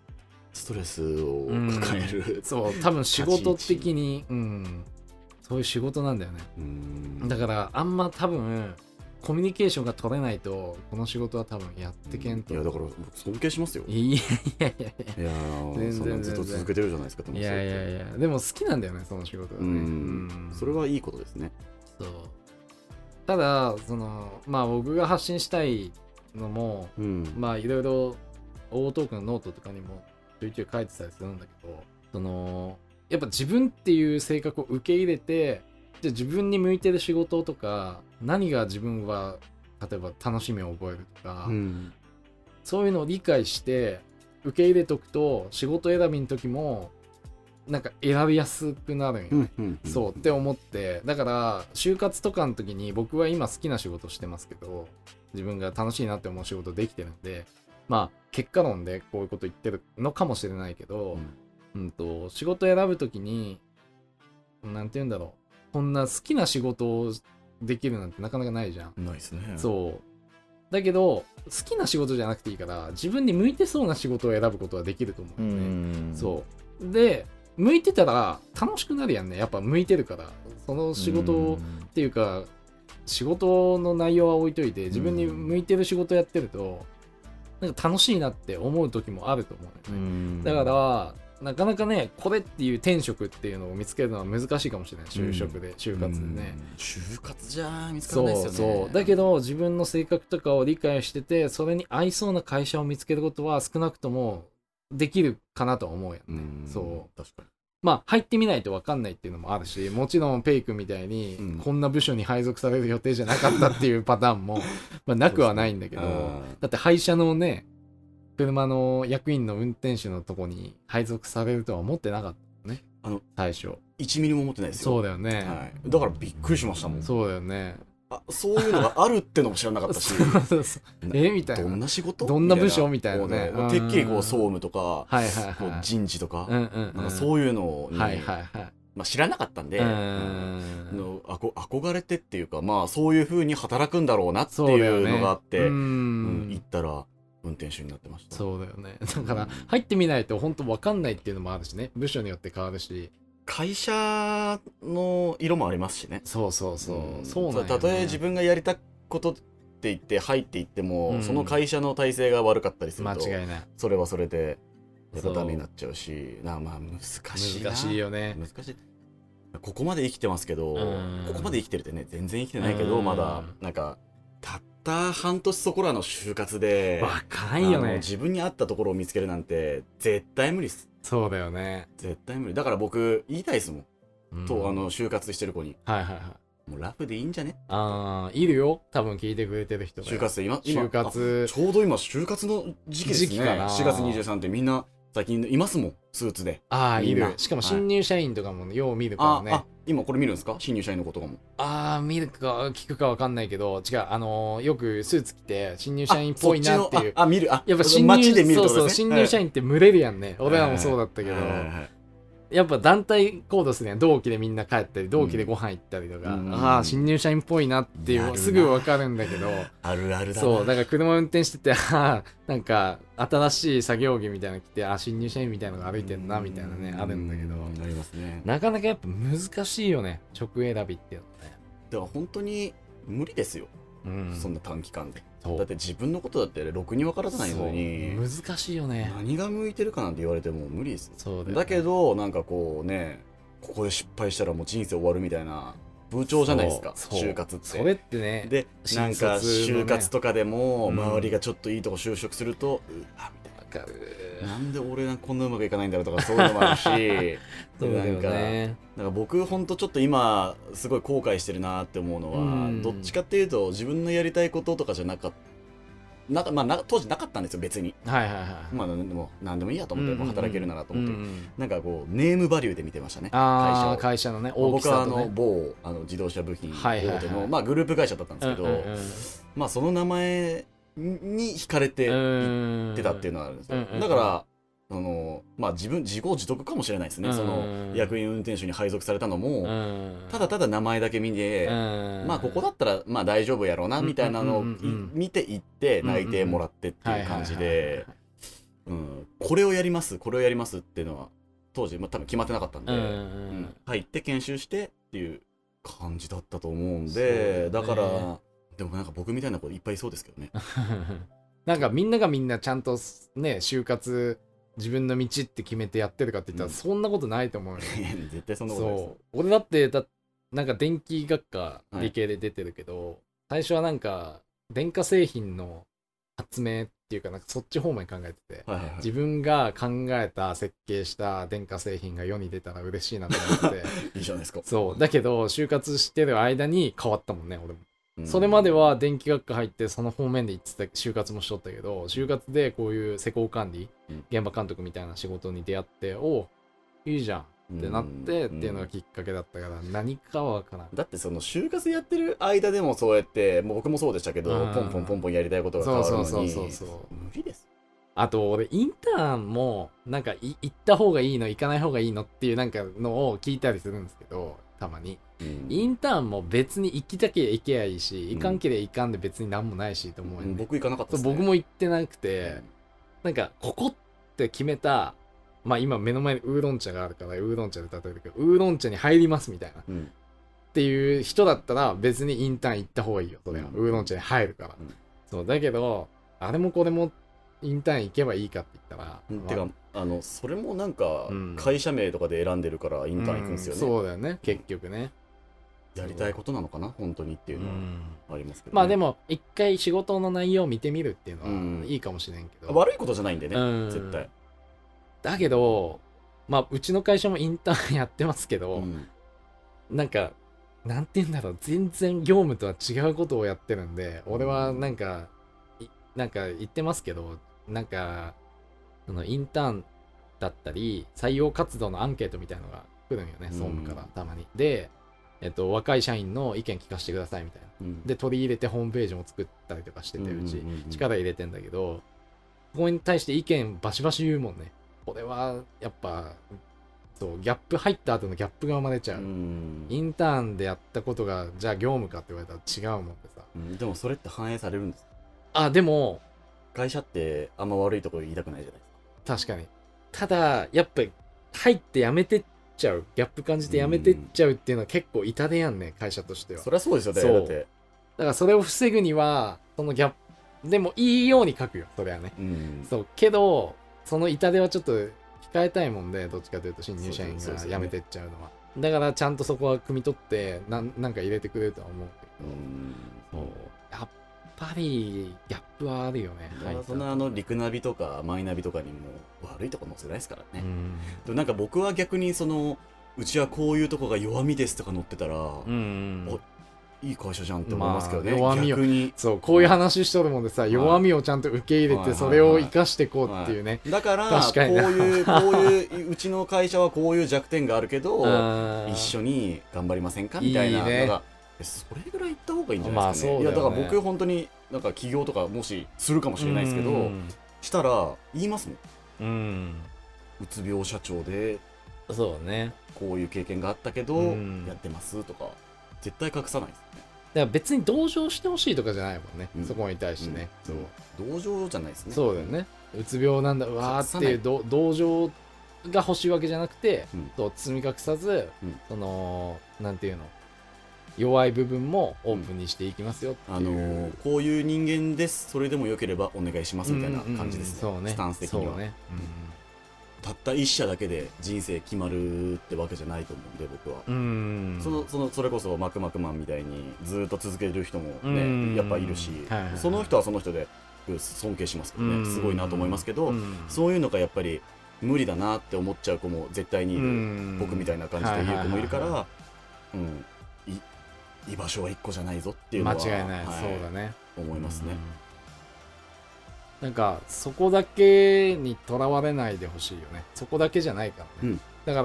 [SPEAKER 1] ストレスを抱える。
[SPEAKER 2] そう多分仕事的に、うん、そういう仕事なんだよね
[SPEAKER 1] うん
[SPEAKER 2] だからあんま多分コミュニケーションが取れないとこの仕事は多分やってけんと、
[SPEAKER 1] いやだから僕尊敬しますよい
[SPEAKER 2] いやいやいやい
[SPEAKER 1] やー
[SPEAKER 2] 全然
[SPEAKER 1] そんなずっと
[SPEAKER 2] 全然
[SPEAKER 1] 続けてるじゃないですかでも
[SPEAKER 2] やいやい
[SPEAKER 1] それ
[SPEAKER 2] やいやでも好きなんだよねその仕事はね、
[SPEAKER 1] うん
[SPEAKER 2] うん
[SPEAKER 1] それはいいことですね
[SPEAKER 2] そうただそのまあ僕が発信したいのも
[SPEAKER 1] うん
[SPEAKER 2] まあいろいろオートークのノートとかにもちょいちょい書いてたりするんだけどそのやっぱ自分っていう性格を受け入れてじゃあ自分に向いてる仕事とか何が自分は例えば楽しみを覚えるとか、
[SPEAKER 1] うん
[SPEAKER 2] そういうのを理解して受け入れとくと仕事選びの時もなんか選びやすくなるんよね、
[SPEAKER 1] うん
[SPEAKER 2] そうって思ってだから就活とかの時に僕は今好きな仕事してますけど自分が楽しいなって思う仕事できてるんでまあ結果論でこういうこと言ってるのかもしれないけど、うん、と仕事選ぶ時に何て言うんだろうこんな好きな仕事をできるなんてなかなかないじゃん。
[SPEAKER 1] ないですねう
[SPEAKER 2] そうだけど好きな仕事じゃなくていいから自分に向いてそうな仕事を選ぶことはできると思う
[SPEAKER 1] うん
[SPEAKER 2] だよね。
[SPEAKER 1] ん
[SPEAKER 2] そう。で、向いてたら楽しくなるやんね。やっぱ向いてるから。その仕事をっていうか、仕事の内容は置いといて、自分に向いてる仕事やってると、なんか楽しいなって思う時もあると思う
[SPEAKER 1] う
[SPEAKER 2] のよね。
[SPEAKER 1] ん
[SPEAKER 2] だから、なかなかね、これっていう転職っていうのを見つけるのは難しいかもしれない。就職で、就活でね。
[SPEAKER 1] うん就活じゃ見つから
[SPEAKER 2] そ
[SPEAKER 1] な
[SPEAKER 2] う
[SPEAKER 1] いですよね
[SPEAKER 2] そうだけど自分の性格とかを理解しててそれに合いそうな会社を見つけることは少なくともできるかなとは思うやん
[SPEAKER 1] う
[SPEAKER 2] ね、
[SPEAKER 1] ん
[SPEAKER 2] そう
[SPEAKER 1] 確かに
[SPEAKER 2] まあ入ってみないと分かんないっていうのもあるしもちろんペイ君みたいに、
[SPEAKER 1] うん
[SPEAKER 2] こんな部署に配属される予定じゃなかったっていうパタ
[SPEAKER 1] (laughs)
[SPEAKER 2] ーンもまあなくはないんだけど、
[SPEAKER 1] そうですねうん
[SPEAKER 2] だって廃車のね車の役員の運転手のとこに配属されるとは思ってなかったね
[SPEAKER 1] あの
[SPEAKER 2] 最初
[SPEAKER 1] 1ミリも思ってないですよ
[SPEAKER 2] そうだよね、
[SPEAKER 1] はい、だからびっくりしましたもん
[SPEAKER 2] そうだよね
[SPEAKER 1] あそういうのがあるってのも知らなかった
[SPEAKER 2] (laughs)
[SPEAKER 1] し
[SPEAKER 2] えみたい
[SPEAKER 1] ど
[SPEAKER 2] なん
[SPEAKER 1] な仕事
[SPEAKER 2] どんな部署みたいなね
[SPEAKER 1] もうもうてっきりこう総務とか、
[SPEAKER 2] はいはい
[SPEAKER 1] こ
[SPEAKER 2] は
[SPEAKER 1] う
[SPEAKER 2] い。
[SPEAKER 1] 人事とか,、
[SPEAKER 2] うんうんうん
[SPEAKER 1] なんかそういうのに、
[SPEAKER 2] はいはいはい。
[SPEAKER 1] まあ、知らなかったんで、
[SPEAKER 2] う
[SPEAKER 1] うん
[SPEAKER 2] ん
[SPEAKER 1] のあこ憧れてっていうかまあそういうふうに働くんだろうなっていうのがあって、
[SPEAKER 2] う
[SPEAKER 1] うん行っ
[SPEAKER 2] ん
[SPEAKER 1] たら運転手になってました
[SPEAKER 2] そうだよね。 (laughs) だから入ってみないと本当わかんないっていうのもあるしね。部署によって変わるし。
[SPEAKER 1] 会社の色もありますしね
[SPEAKER 2] そうそうそうう。
[SPEAKER 1] ん
[SPEAKER 2] そうなんよね
[SPEAKER 1] たとえ自分がやりたことって言って入っていっても、
[SPEAKER 2] うん
[SPEAKER 1] その会社の体制が悪かったりする
[SPEAKER 2] 間
[SPEAKER 1] と
[SPEAKER 2] 違いない。
[SPEAKER 1] それはそれでやっぱ
[SPEAKER 2] そう
[SPEAKER 1] ダメになっちゃうしなまあ難しいな
[SPEAKER 2] 難しいよね。
[SPEAKER 1] 難しいここまで生きてますけど
[SPEAKER 2] うん
[SPEAKER 1] ここまで生きてるってね全然生きてないけど
[SPEAKER 2] うん
[SPEAKER 1] まだなんかたった半年そこらの就活で
[SPEAKER 2] 若いよ
[SPEAKER 1] あの
[SPEAKER 2] ね。
[SPEAKER 1] 自分に合ったところを見つけるなんて絶対無理っす
[SPEAKER 2] そうだよね。
[SPEAKER 1] 絶対無理だから僕言いたいですもん、
[SPEAKER 2] うん
[SPEAKER 1] とあ。の就活してる子に
[SPEAKER 2] はいはいはい。
[SPEAKER 1] もうラフでいいんじゃね
[SPEAKER 2] ああ、いるよ。多分聞いてくれてる人が。
[SPEAKER 1] 就活生今今
[SPEAKER 2] 就活
[SPEAKER 1] あ。ちょうど今就活の時期ですね
[SPEAKER 2] 時期かな
[SPEAKER 1] 4月23ってみんな最近いますもんスーツで
[SPEAKER 2] ああ、い
[SPEAKER 1] みん
[SPEAKER 2] る。
[SPEAKER 1] な
[SPEAKER 2] しかも新入社員とかもよう見るから
[SPEAKER 1] あ、
[SPEAKER 2] ね。
[SPEAKER 1] あ今これ見るんですか新入社員の子とかも
[SPEAKER 2] あー見るか聞くかわかんないけど違うあのーよくスーツ着て新入社員っぽいなっていう
[SPEAKER 1] ああ見るあ
[SPEAKER 2] やっぱ新
[SPEAKER 1] 街
[SPEAKER 2] 入
[SPEAKER 1] で見ると
[SPEAKER 2] そう
[SPEAKER 1] こ
[SPEAKER 2] そ
[SPEAKER 1] と
[SPEAKER 2] う
[SPEAKER 1] です
[SPEAKER 2] 新
[SPEAKER 1] ね
[SPEAKER 2] 入社員って群れるやんね
[SPEAKER 1] ん
[SPEAKER 2] 俺らもそうだったけど
[SPEAKER 1] はいはいはい
[SPEAKER 2] やっぱ団体行動するやん同期でみんな帰ったり同期でご飯行ったりとか
[SPEAKER 1] うん
[SPEAKER 2] ああ新入社員っぽいなってい
[SPEAKER 1] なる
[SPEAKER 2] う
[SPEAKER 1] な
[SPEAKER 2] すぐわかるん
[SPEAKER 1] (laughs)
[SPEAKER 2] だけど
[SPEAKER 1] あるあるだな
[SPEAKER 2] そうだから車運転して (laughs) てああなんか新しい作業着みたいなの着てああ新入社員みたいなのが歩いてんなみたいなねあるんだけど
[SPEAKER 1] うありますね
[SPEAKER 2] なかなかやっぱ難しいよね職選びっていうのね
[SPEAKER 1] だから本当に無理ですよ、
[SPEAKER 2] うん
[SPEAKER 1] そんな短期間で
[SPEAKER 2] そう
[SPEAKER 1] だって自分のことだってろくに分からないのに
[SPEAKER 2] そう難しいよね
[SPEAKER 1] 何が向いてるかなんて言われても無理ですよ
[SPEAKER 2] そうだよね
[SPEAKER 1] だけどなんかこうねここで失敗したらもう人生終わるみたいな風潮じゃないですか
[SPEAKER 2] そう
[SPEAKER 1] 就活って
[SPEAKER 2] それってね
[SPEAKER 1] でなん
[SPEAKER 2] 新卒
[SPEAKER 1] か
[SPEAKER 2] のね
[SPEAKER 1] 就活とかでも
[SPEAKER 2] うん
[SPEAKER 1] 周りがちょっといいとこ就職すると、うわみたい
[SPEAKER 2] わかる
[SPEAKER 1] ななんで俺なんかこんなうまくいかないんだろうとかそういうのもあるし
[SPEAKER 2] (laughs)
[SPEAKER 1] で
[SPEAKER 2] そうだよ
[SPEAKER 1] なんか
[SPEAKER 2] ね
[SPEAKER 1] なんか僕ほんとちょっと今すごい後悔してるなって思うのは、
[SPEAKER 2] うん
[SPEAKER 1] どっちかっていうと自分のやりたいこととかじゃなかったなまあ、な当時なかったんですよ別に、
[SPEAKER 2] はいはいはい
[SPEAKER 1] まあ、でも何でもいいやと
[SPEAKER 2] と
[SPEAKER 1] 思って、もう働けるならと思って、
[SPEAKER 2] て
[SPEAKER 1] なんかこうネームバリューで見てましたね会社
[SPEAKER 2] あ
[SPEAKER 1] を
[SPEAKER 2] あ会社のね大き
[SPEAKER 1] 僕は
[SPEAKER 2] さ
[SPEAKER 1] あ
[SPEAKER 2] と
[SPEAKER 1] の
[SPEAKER 2] ね
[SPEAKER 1] 某あの自動車部品
[SPEAKER 2] は
[SPEAKER 1] 大
[SPEAKER 2] いはいはい
[SPEAKER 1] 手のまあグループ会社だったんですけ
[SPEAKER 2] うんうん
[SPEAKER 1] どまあその名前に惹かれていってたっていう
[SPEAKER 2] の
[SPEAKER 1] のはあるんです
[SPEAKER 2] うん
[SPEAKER 1] よ
[SPEAKER 2] うんうん
[SPEAKER 1] だからそのまあ自分自業自得かもしれないですね
[SPEAKER 2] うん
[SPEAKER 1] その役員運転手に配属されたのもただ
[SPEAKER 2] だ
[SPEAKER 1] ただ名前だけ見てまあここだったらまあ大丈夫やろうなみたいなのを
[SPEAKER 2] うんうんうんうん
[SPEAKER 1] 見ていって
[SPEAKER 2] うんうんうん
[SPEAKER 1] 内定もらってっていう感じでうんこれをやりますこれをやりますっていうのは当時まあ多分決まってなかったんで入って研修してっていう感じだったと思うん
[SPEAKER 2] そうだよ
[SPEAKER 1] で
[SPEAKER 2] ね
[SPEAKER 1] だからでもなんか僕みたいな子いっぱいいそうですけどね。
[SPEAKER 2] (laughs)
[SPEAKER 1] (laughs)
[SPEAKER 2] なんかみんながみんなちゃんとね、就活、自分の道って決めてやってるかって言ったら、
[SPEAKER 1] うん
[SPEAKER 2] そんなことないと思うよ。
[SPEAKER 1] 絶対そんなことないです。
[SPEAKER 2] そう。俺だってだ、なんか電気学科、
[SPEAKER 1] はい
[SPEAKER 2] 理系で出てるけど、最初はなんか、電化製品の発明っていうか、なんかそっち方面考えてて、
[SPEAKER 1] はいはいはい
[SPEAKER 2] 自分が考えた、設計した電化製品が世に出たら嬉しいなと思って
[SPEAKER 1] (laughs)
[SPEAKER 2] て、
[SPEAKER 1] いいじゃないですか。
[SPEAKER 2] そう。だけど、就活してる間に変わったもんね、俺も。
[SPEAKER 1] うん
[SPEAKER 2] それまで、は電気学科入ってその方面で行ってた就活もしとったけど就活でこういう施工管理、
[SPEAKER 1] うん
[SPEAKER 2] 現場監督みたいな仕事に出会っておういいじゃんってなってっていうのがきっかけだったから何かは分からん
[SPEAKER 1] だってその就活やってる間でもそうやって、もう僕もそうでしたけど
[SPEAKER 2] う、ん
[SPEAKER 1] ポンポンポンポンやりたいことが変
[SPEAKER 2] そ
[SPEAKER 1] わ
[SPEAKER 2] う
[SPEAKER 1] る
[SPEAKER 2] そ
[SPEAKER 1] の
[SPEAKER 2] う
[SPEAKER 1] に。
[SPEAKER 2] そうそうそう
[SPEAKER 1] 無理です。
[SPEAKER 2] あと俺インターンもなんかい行った方がいいの行かない方がいいのっていうなんかのを聞いたりするんですけどたまに
[SPEAKER 1] うん
[SPEAKER 2] インターンも別に行きたけりゃ行けやいいし行かんけりゃ行かんで別に何もないしと思うよね、
[SPEAKER 1] うん僕行かなかった
[SPEAKER 2] そ
[SPEAKER 1] で
[SPEAKER 2] う
[SPEAKER 1] す、ね。
[SPEAKER 2] 僕も行ってなくて、
[SPEAKER 1] うん
[SPEAKER 2] なんか、ここって決めた、まあ今目の前にウーロン茶があるから、ウーロン茶で例えるけど、ウーロン茶に入りますみたいな。っ
[SPEAKER 1] うん
[SPEAKER 2] ていう人だったら、別にインターン行った方がいいよ、それは。
[SPEAKER 1] うん
[SPEAKER 2] ウーロン茶に入るから。
[SPEAKER 1] うん
[SPEAKER 2] そう、だけど、あれもこれもインターン行けばいいかって言ったら。
[SPEAKER 1] うんてか
[SPEAKER 2] ま、
[SPEAKER 1] あの、それもなんか
[SPEAKER 2] うん、
[SPEAKER 1] 会社名とかで選んでるからイ
[SPEAKER 2] あ
[SPEAKER 1] ンターン行くんですよね。
[SPEAKER 2] うそうだよね、結局ね。
[SPEAKER 1] やりたいことなのかな、本当にっていうの
[SPEAKER 2] うん
[SPEAKER 1] はありますけど、ね
[SPEAKER 2] まあで、も、一回仕事の内容を見てみるっていう
[SPEAKER 1] う
[SPEAKER 2] の
[SPEAKER 1] ん
[SPEAKER 2] はいいかもしれんけど。
[SPEAKER 1] 悪いことじゃないんでね、
[SPEAKER 2] うん
[SPEAKER 1] 絶対。
[SPEAKER 2] だけど、まあうちの会社もインターンやってますけど、
[SPEAKER 1] うん
[SPEAKER 2] なんか、なんて言うんだろう、全然業務とは違うことをやってるんで、俺はなんか、いなんか言ってますけど、なんか、そのインターンだったり、採用活動のアンケートみたいのが来るんよね、
[SPEAKER 1] うん
[SPEAKER 2] 総務から、たまに。で、えっと、若い社員の意見聞かせてくださいみたいな。で、取り入れてホームページも作ったりとかしてて、うち、
[SPEAKER 1] んんんん
[SPEAKER 2] 力入れてんだけど、ここに対して意見バシバシ言うもんね。これは、やっぱ、そう、ギャップ入った後のギャップが生まれちゃう。
[SPEAKER 1] うん
[SPEAKER 2] インターンでやったことが、じゃあ業務かって言われたら違うもんでさ。
[SPEAKER 1] うんでもそれって反映されるんです
[SPEAKER 2] あ、でも、
[SPEAKER 1] 会社ってあんま悪いところ言いたくないじゃないですか
[SPEAKER 2] 確かに。ただ、やっぱ、入ってやめてっちゃう。ギャップ感じてやめてっちゃうっていうのは結構痛手やんね、会社としては。だ
[SPEAKER 1] そりゃそうですよね
[SPEAKER 2] そう
[SPEAKER 1] だって、
[SPEAKER 2] からそれを防ぐには、そのギャップ、でもいいように書くよ、それはね。
[SPEAKER 1] うん
[SPEAKER 2] そう、けど、その痛手はちょっと控えたいもんで、どっちかというと新入社員
[SPEAKER 1] そうです
[SPEAKER 2] が
[SPEAKER 1] ね
[SPEAKER 2] やめてっちゃうのは。だから、ちゃんとそこは汲み取って、なんなんか入れてくれるとは思うけ
[SPEAKER 1] う
[SPEAKER 2] ど。
[SPEAKER 1] ん
[SPEAKER 2] そうやっぱりギャップはあるよね。
[SPEAKER 1] だから
[SPEAKER 2] 入った
[SPEAKER 1] そんなあの陸ナビとかマイナビとかにも悪いとこ載せないですから
[SPEAKER 2] う
[SPEAKER 1] ね、
[SPEAKER 2] ん
[SPEAKER 1] でもなんか僕は逆にそのうちはこういうとこが弱みですとか載ってたら、
[SPEAKER 2] うん
[SPEAKER 1] おいい会社じゃんって思いますけどね、
[SPEAKER 2] まあ弱みを
[SPEAKER 1] 逆に
[SPEAKER 2] そうこういう話しとるもんでさ、弱みをちゃんと受け入れ
[SPEAKER 1] はい
[SPEAKER 2] てそれを生かしてこうっていうね。
[SPEAKER 1] だから
[SPEAKER 2] 確かに
[SPEAKER 1] こ
[SPEAKER 2] な
[SPEAKER 1] ういうこういううちの会社はこういう弱点があるけど、
[SPEAKER 2] うん
[SPEAKER 1] 一緒に頑張りませんかみたいなの
[SPEAKER 2] いい
[SPEAKER 1] が
[SPEAKER 2] ね
[SPEAKER 1] えそれぐらい行った方がいいんじゃないですかね,、
[SPEAKER 2] まあそ
[SPEAKER 1] い
[SPEAKER 2] うだよ
[SPEAKER 1] や
[SPEAKER 2] ね
[SPEAKER 1] だから僕本当になんか起業とかもしするかもしれないですけど、
[SPEAKER 2] うん
[SPEAKER 1] したら言いますもん
[SPEAKER 2] うん
[SPEAKER 1] うつ病社長で
[SPEAKER 2] そうね。
[SPEAKER 1] こういう経験があったけど
[SPEAKER 2] うん
[SPEAKER 1] やってますとか絶対隠さないですね
[SPEAKER 2] だから別に同情してほしいとかじゃないもんね、
[SPEAKER 1] うん
[SPEAKER 2] そこに対してね。
[SPEAKER 1] うん同情じゃないですね
[SPEAKER 2] そうだよね。うつ病なんだうわーっていう
[SPEAKER 1] 隠
[SPEAKER 2] ど同情が欲しいわけじゃなくて、
[SPEAKER 1] うん
[SPEAKER 2] そう包み隠さず、
[SPEAKER 1] うん
[SPEAKER 2] そのなんていうの弱い部分もオープンにしていきますよっていう。
[SPEAKER 1] あのーこういう人間ですそれでもよければお願いしますみたいな感じですね,、
[SPEAKER 2] うんうんうんそうね
[SPEAKER 1] スタンス的に
[SPEAKER 2] そ
[SPEAKER 1] は、
[SPEAKER 2] うね
[SPEAKER 1] たった一社だけで人生決まるってわけじゃないと思うんで僕は、
[SPEAKER 2] うん、うん
[SPEAKER 1] そのそのそれこそマクマクマンみたいにずっと続けてる人も
[SPEAKER 2] う
[SPEAKER 1] ね
[SPEAKER 2] ん
[SPEAKER 1] やっぱいるし、
[SPEAKER 2] はいはいはい
[SPEAKER 1] その人はその人でうん尊敬しますけど
[SPEAKER 2] う
[SPEAKER 1] ね
[SPEAKER 2] ん
[SPEAKER 1] すごいなと思いますけど、
[SPEAKER 2] うん
[SPEAKER 1] そういうのがやっぱり無理だなって思っちゃう子も絶対にいる、
[SPEAKER 2] うん
[SPEAKER 1] 僕みたいな感じで言う子もいるか
[SPEAKER 2] はいは
[SPEAKER 1] ら、うん、い居場所は一個じゃないぞっていうの
[SPEAKER 2] 間
[SPEAKER 1] は
[SPEAKER 2] 違いない、
[SPEAKER 1] は
[SPEAKER 2] そうだね
[SPEAKER 1] 思いますね。
[SPEAKER 2] うんなんかそこだけにとらわれないでほしいよねそこだけじゃないから
[SPEAKER 1] う
[SPEAKER 2] ね、
[SPEAKER 1] ん
[SPEAKER 2] だか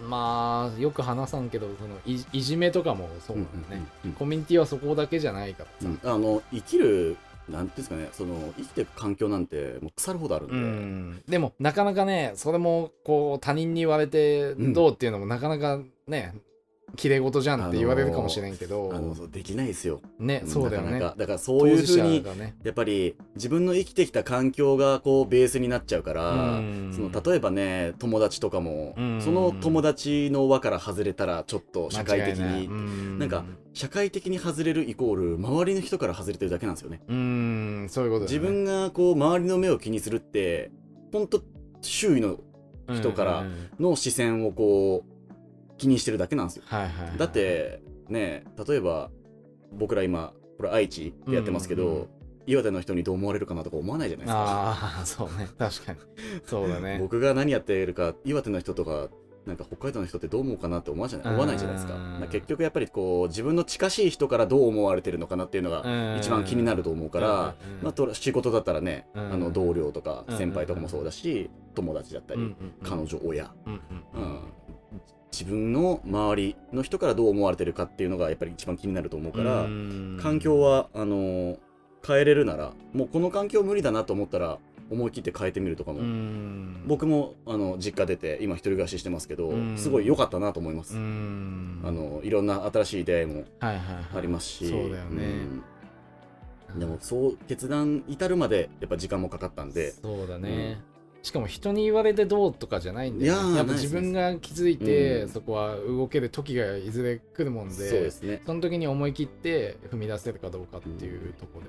[SPEAKER 2] らまあよく話さんけどそのいいじめとかもそうだよね、
[SPEAKER 1] うんうん
[SPEAKER 2] コミュニティはそこだけじゃないから
[SPEAKER 1] う
[SPEAKER 2] さ
[SPEAKER 1] んあの生きるなんていうんですかねその生きていく環境なんてもう腐るほどあるんで、
[SPEAKER 2] うんでもなかなかねそれもこう他人に言われて
[SPEAKER 1] うん
[SPEAKER 2] どうっていうのもなかなかね、綺麗事じゃんって言われるかもしれんけど、
[SPEAKER 1] あのそうできないですよ。
[SPEAKER 2] ねそうだよね
[SPEAKER 1] なかなかだからそういうふうに
[SPEAKER 2] 当事者がね
[SPEAKER 1] やっぱり自分の生きてきた環境がこうベースになっちゃうから、
[SPEAKER 2] うん
[SPEAKER 1] その例えばね友達とかも、
[SPEAKER 2] うん
[SPEAKER 1] その友達の輪から外れたらちょっと社会的
[SPEAKER 2] 間違い
[SPEAKER 1] に、
[SPEAKER 2] いうん
[SPEAKER 1] なんか社会的に外れるイコール周りの人から外れてるだけなんですよね。
[SPEAKER 2] うんそういうことだ
[SPEAKER 1] 自
[SPEAKER 2] よね
[SPEAKER 1] 分がこう周りの目を気にするって本当周囲の人から
[SPEAKER 2] うんうんうん
[SPEAKER 1] の視線をこう気にしてるだけなんですよ。
[SPEAKER 2] はいはいはい
[SPEAKER 1] だってね例えば僕ら今これ愛知でやってますけど、
[SPEAKER 2] うんうんうん
[SPEAKER 1] 岩手の人にどう思われるかなとか思わないじゃないですか。
[SPEAKER 2] ああそうね確かにそうだね
[SPEAKER 1] 僕が何やってるか岩手の人とかなんか北海道の人ってどう思うかなって思わじゃない思わないじゃないですか。
[SPEAKER 2] うんうんう
[SPEAKER 1] だ
[SPEAKER 2] ん
[SPEAKER 1] から結局やっぱりこう自分の近しい人からどう思われてるのかなっていうのが一番気になると思うから、
[SPEAKER 2] うん
[SPEAKER 1] まあ、と仕事だったらね、
[SPEAKER 2] うん
[SPEAKER 1] あの同僚とか
[SPEAKER 2] うん
[SPEAKER 1] 先輩とかもそうだし、友達だったり、
[SPEAKER 2] うんうんうん
[SPEAKER 1] 彼女親、
[SPEAKER 2] うん
[SPEAKER 1] う
[SPEAKER 2] うんん
[SPEAKER 1] 自分の周りの人からどう思われてるかっていうのがやっぱり一番気になると思うから、
[SPEAKER 2] うん
[SPEAKER 1] 環境はあの変えれるならもうこの環境無理だなと思ったら思い切って変えてみるとかも、
[SPEAKER 2] うん
[SPEAKER 1] 僕もあの実家出て今一人暮らししてますけど、
[SPEAKER 2] うん
[SPEAKER 1] すごい良かったなと思います、
[SPEAKER 2] うん
[SPEAKER 1] あのいろんな新しい出会いも
[SPEAKER 2] はいはいはい
[SPEAKER 1] ありますし、
[SPEAKER 2] そうだよね
[SPEAKER 1] うんでもそう決断至るまでやっぱ時間もかかったんで
[SPEAKER 2] そうだね、しかも人に言われてどうとかじゃないんだよ、
[SPEAKER 1] いやー
[SPEAKER 2] ね、やっぱ自分が気づ
[SPEAKER 1] な
[SPEAKER 2] い
[SPEAKER 1] い
[SPEAKER 2] て、
[SPEAKER 1] です
[SPEAKER 2] そこは動ける時がいずれ来るもんで
[SPEAKER 1] そうですね
[SPEAKER 2] その時に思い切って踏み出せるかどうかっていうところで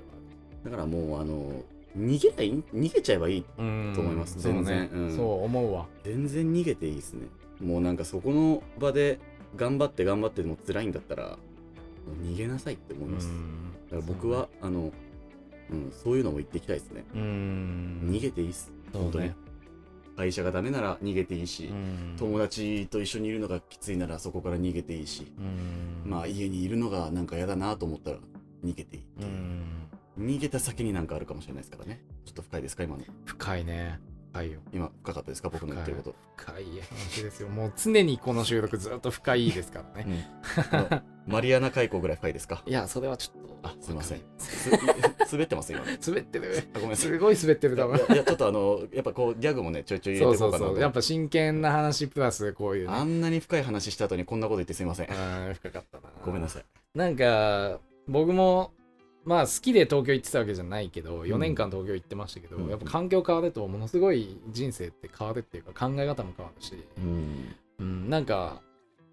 [SPEAKER 1] だ
[SPEAKER 2] は
[SPEAKER 1] からもうあの逃げない逃げちゃえばいい
[SPEAKER 2] ある、うん
[SPEAKER 1] と思います
[SPEAKER 2] そうね
[SPEAKER 1] 全然うん
[SPEAKER 2] そう思うわ
[SPEAKER 1] 全然逃げていいですねもうなんかそこの場で頑張って頑張っても辛いんだったらもう逃げなさいって思います、
[SPEAKER 2] うん
[SPEAKER 1] だから僕はあの、うん、そういうのも言っていきたいですね
[SPEAKER 2] うん
[SPEAKER 1] 逃げていいっす
[SPEAKER 2] そう
[SPEAKER 1] 本当に
[SPEAKER 2] ね
[SPEAKER 1] 会社がダメなら逃げていいし、
[SPEAKER 2] うん
[SPEAKER 1] 友達と一緒にいるのがきついならそこから逃げていいし、
[SPEAKER 2] うん
[SPEAKER 1] まあ家にいるのがなんか嫌だなと思ったら逃げていい、
[SPEAKER 2] うん
[SPEAKER 1] 逃げた先になんかあるかもしれないですからねちょっと深いですか今の
[SPEAKER 2] 深いね深いよ
[SPEAKER 1] 今深かったですか僕の言ってること
[SPEAKER 2] 深い話です (laughs) よもう常にこの収録ずっと深いですからね
[SPEAKER 1] うんあのマリアナ海溝ぐらい深いですか
[SPEAKER 2] (laughs) いやそれはちょっと
[SPEAKER 1] あすいません
[SPEAKER 2] わ
[SPEAKER 1] す滑ってます今あ
[SPEAKER 2] かんない滑ってる
[SPEAKER 1] ごめんなさい
[SPEAKER 2] すごい滑ってる多分
[SPEAKER 1] い
[SPEAKER 2] (laughs)
[SPEAKER 1] やいやちょっとあのやっぱこうギャグもねちょいちょい入
[SPEAKER 2] そ
[SPEAKER 1] れ
[SPEAKER 2] う
[SPEAKER 1] て
[SPEAKER 2] そ
[SPEAKER 1] こう
[SPEAKER 2] う
[SPEAKER 1] かなと
[SPEAKER 2] そうやっぱ真剣な話プラスこういう
[SPEAKER 1] あ
[SPEAKER 2] ね
[SPEAKER 1] んなに深い話した後にこんなこと言ってすいません
[SPEAKER 2] うん深かったな
[SPEAKER 1] ごめんなさい
[SPEAKER 2] なんか僕もまあ好きで東京行ってたわけじゃないけ
[SPEAKER 1] ん
[SPEAKER 2] ど4年間東京行ってましたけど、
[SPEAKER 1] うん
[SPEAKER 2] やっぱ環境変わるとものすごい人生って変わるっていうか考え方も変わるし、
[SPEAKER 1] うん
[SPEAKER 2] うん、なんか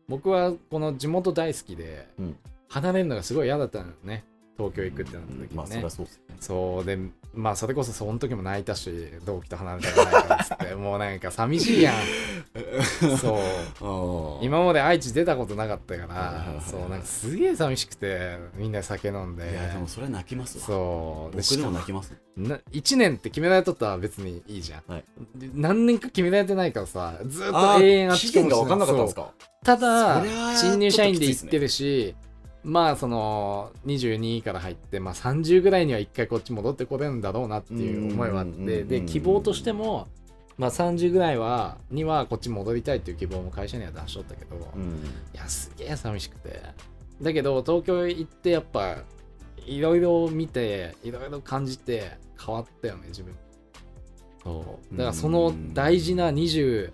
[SPEAKER 2] 僕はこの地元大好きで、
[SPEAKER 1] うん
[SPEAKER 2] 離れるのがすごい嫌だったのよね東京行くってなった時にね、
[SPEAKER 1] まあそりゃそうですよね
[SPEAKER 2] そうでまあそれこそその時も泣いたし同期と離れたらないからっつってもうなんか寂しいや
[SPEAKER 1] (laughs)
[SPEAKER 2] んそう
[SPEAKER 1] ああ
[SPEAKER 2] 今まで愛知出たことなかったか
[SPEAKER 1] はいはいはいは
[SPEAKER 2] ら
[SPEAKER 1] い
[SPEAKER 2] そうなんかすげえ寂しくてみんなで酒飲んで
[SPEAKER 1] いやでもそれは泣きますわ
[SPEAKER 2] そ
[SPEAKER 1] 僕で
[SPEAKER 2] う
[SPEAKER 1] も
[SPEAKER 2] しかも
[SPEAKER 1] 泣きます
[SPEAKER 2] な1年って決められとったら別にいいじゃん、
[SPEAKER 1] はい
[SPEAKER 2] で何年か決められてないからさずっ
[SPEAKER 1] あ
[SPEAKER 2] と
[SPEAKER 1] ー
[SPEAKER 2] 永遠あっ
[SPEAKER 1] 期
[SPEAKER 2] ち
[SPEAKER 1] 限
[SPEAKER 2] もし
[SPEAKER 1] が
[SPEAKER 2] れ
[SPEAKER 1] 分かんなかったんです
[SPEAKER 2] そう
[SPEAKER 1] か
[SPEAKER 2] ただ
[SPEAKER 1] そりゃ
[SPEAKER 2] 新入社員で行ってるしまあその22から入って、まあ、30ぐらいには一回こっち戻ってこれるんだろうなっていう思いはあっ
[SPEAKER 1] うんうんうんう
[SPEAKER 2] て
[SPEAKER 1] ん
[SPEAKER 2] で希望としても、まあ、30ぐらいはにはこっち戻りたいっていう希望も会社には出しとったけど、いやすげえ寂しくてだけど東京行ってやっぱいろいろ見ていろいろ感じて変わったよね自分そうだからその大事な22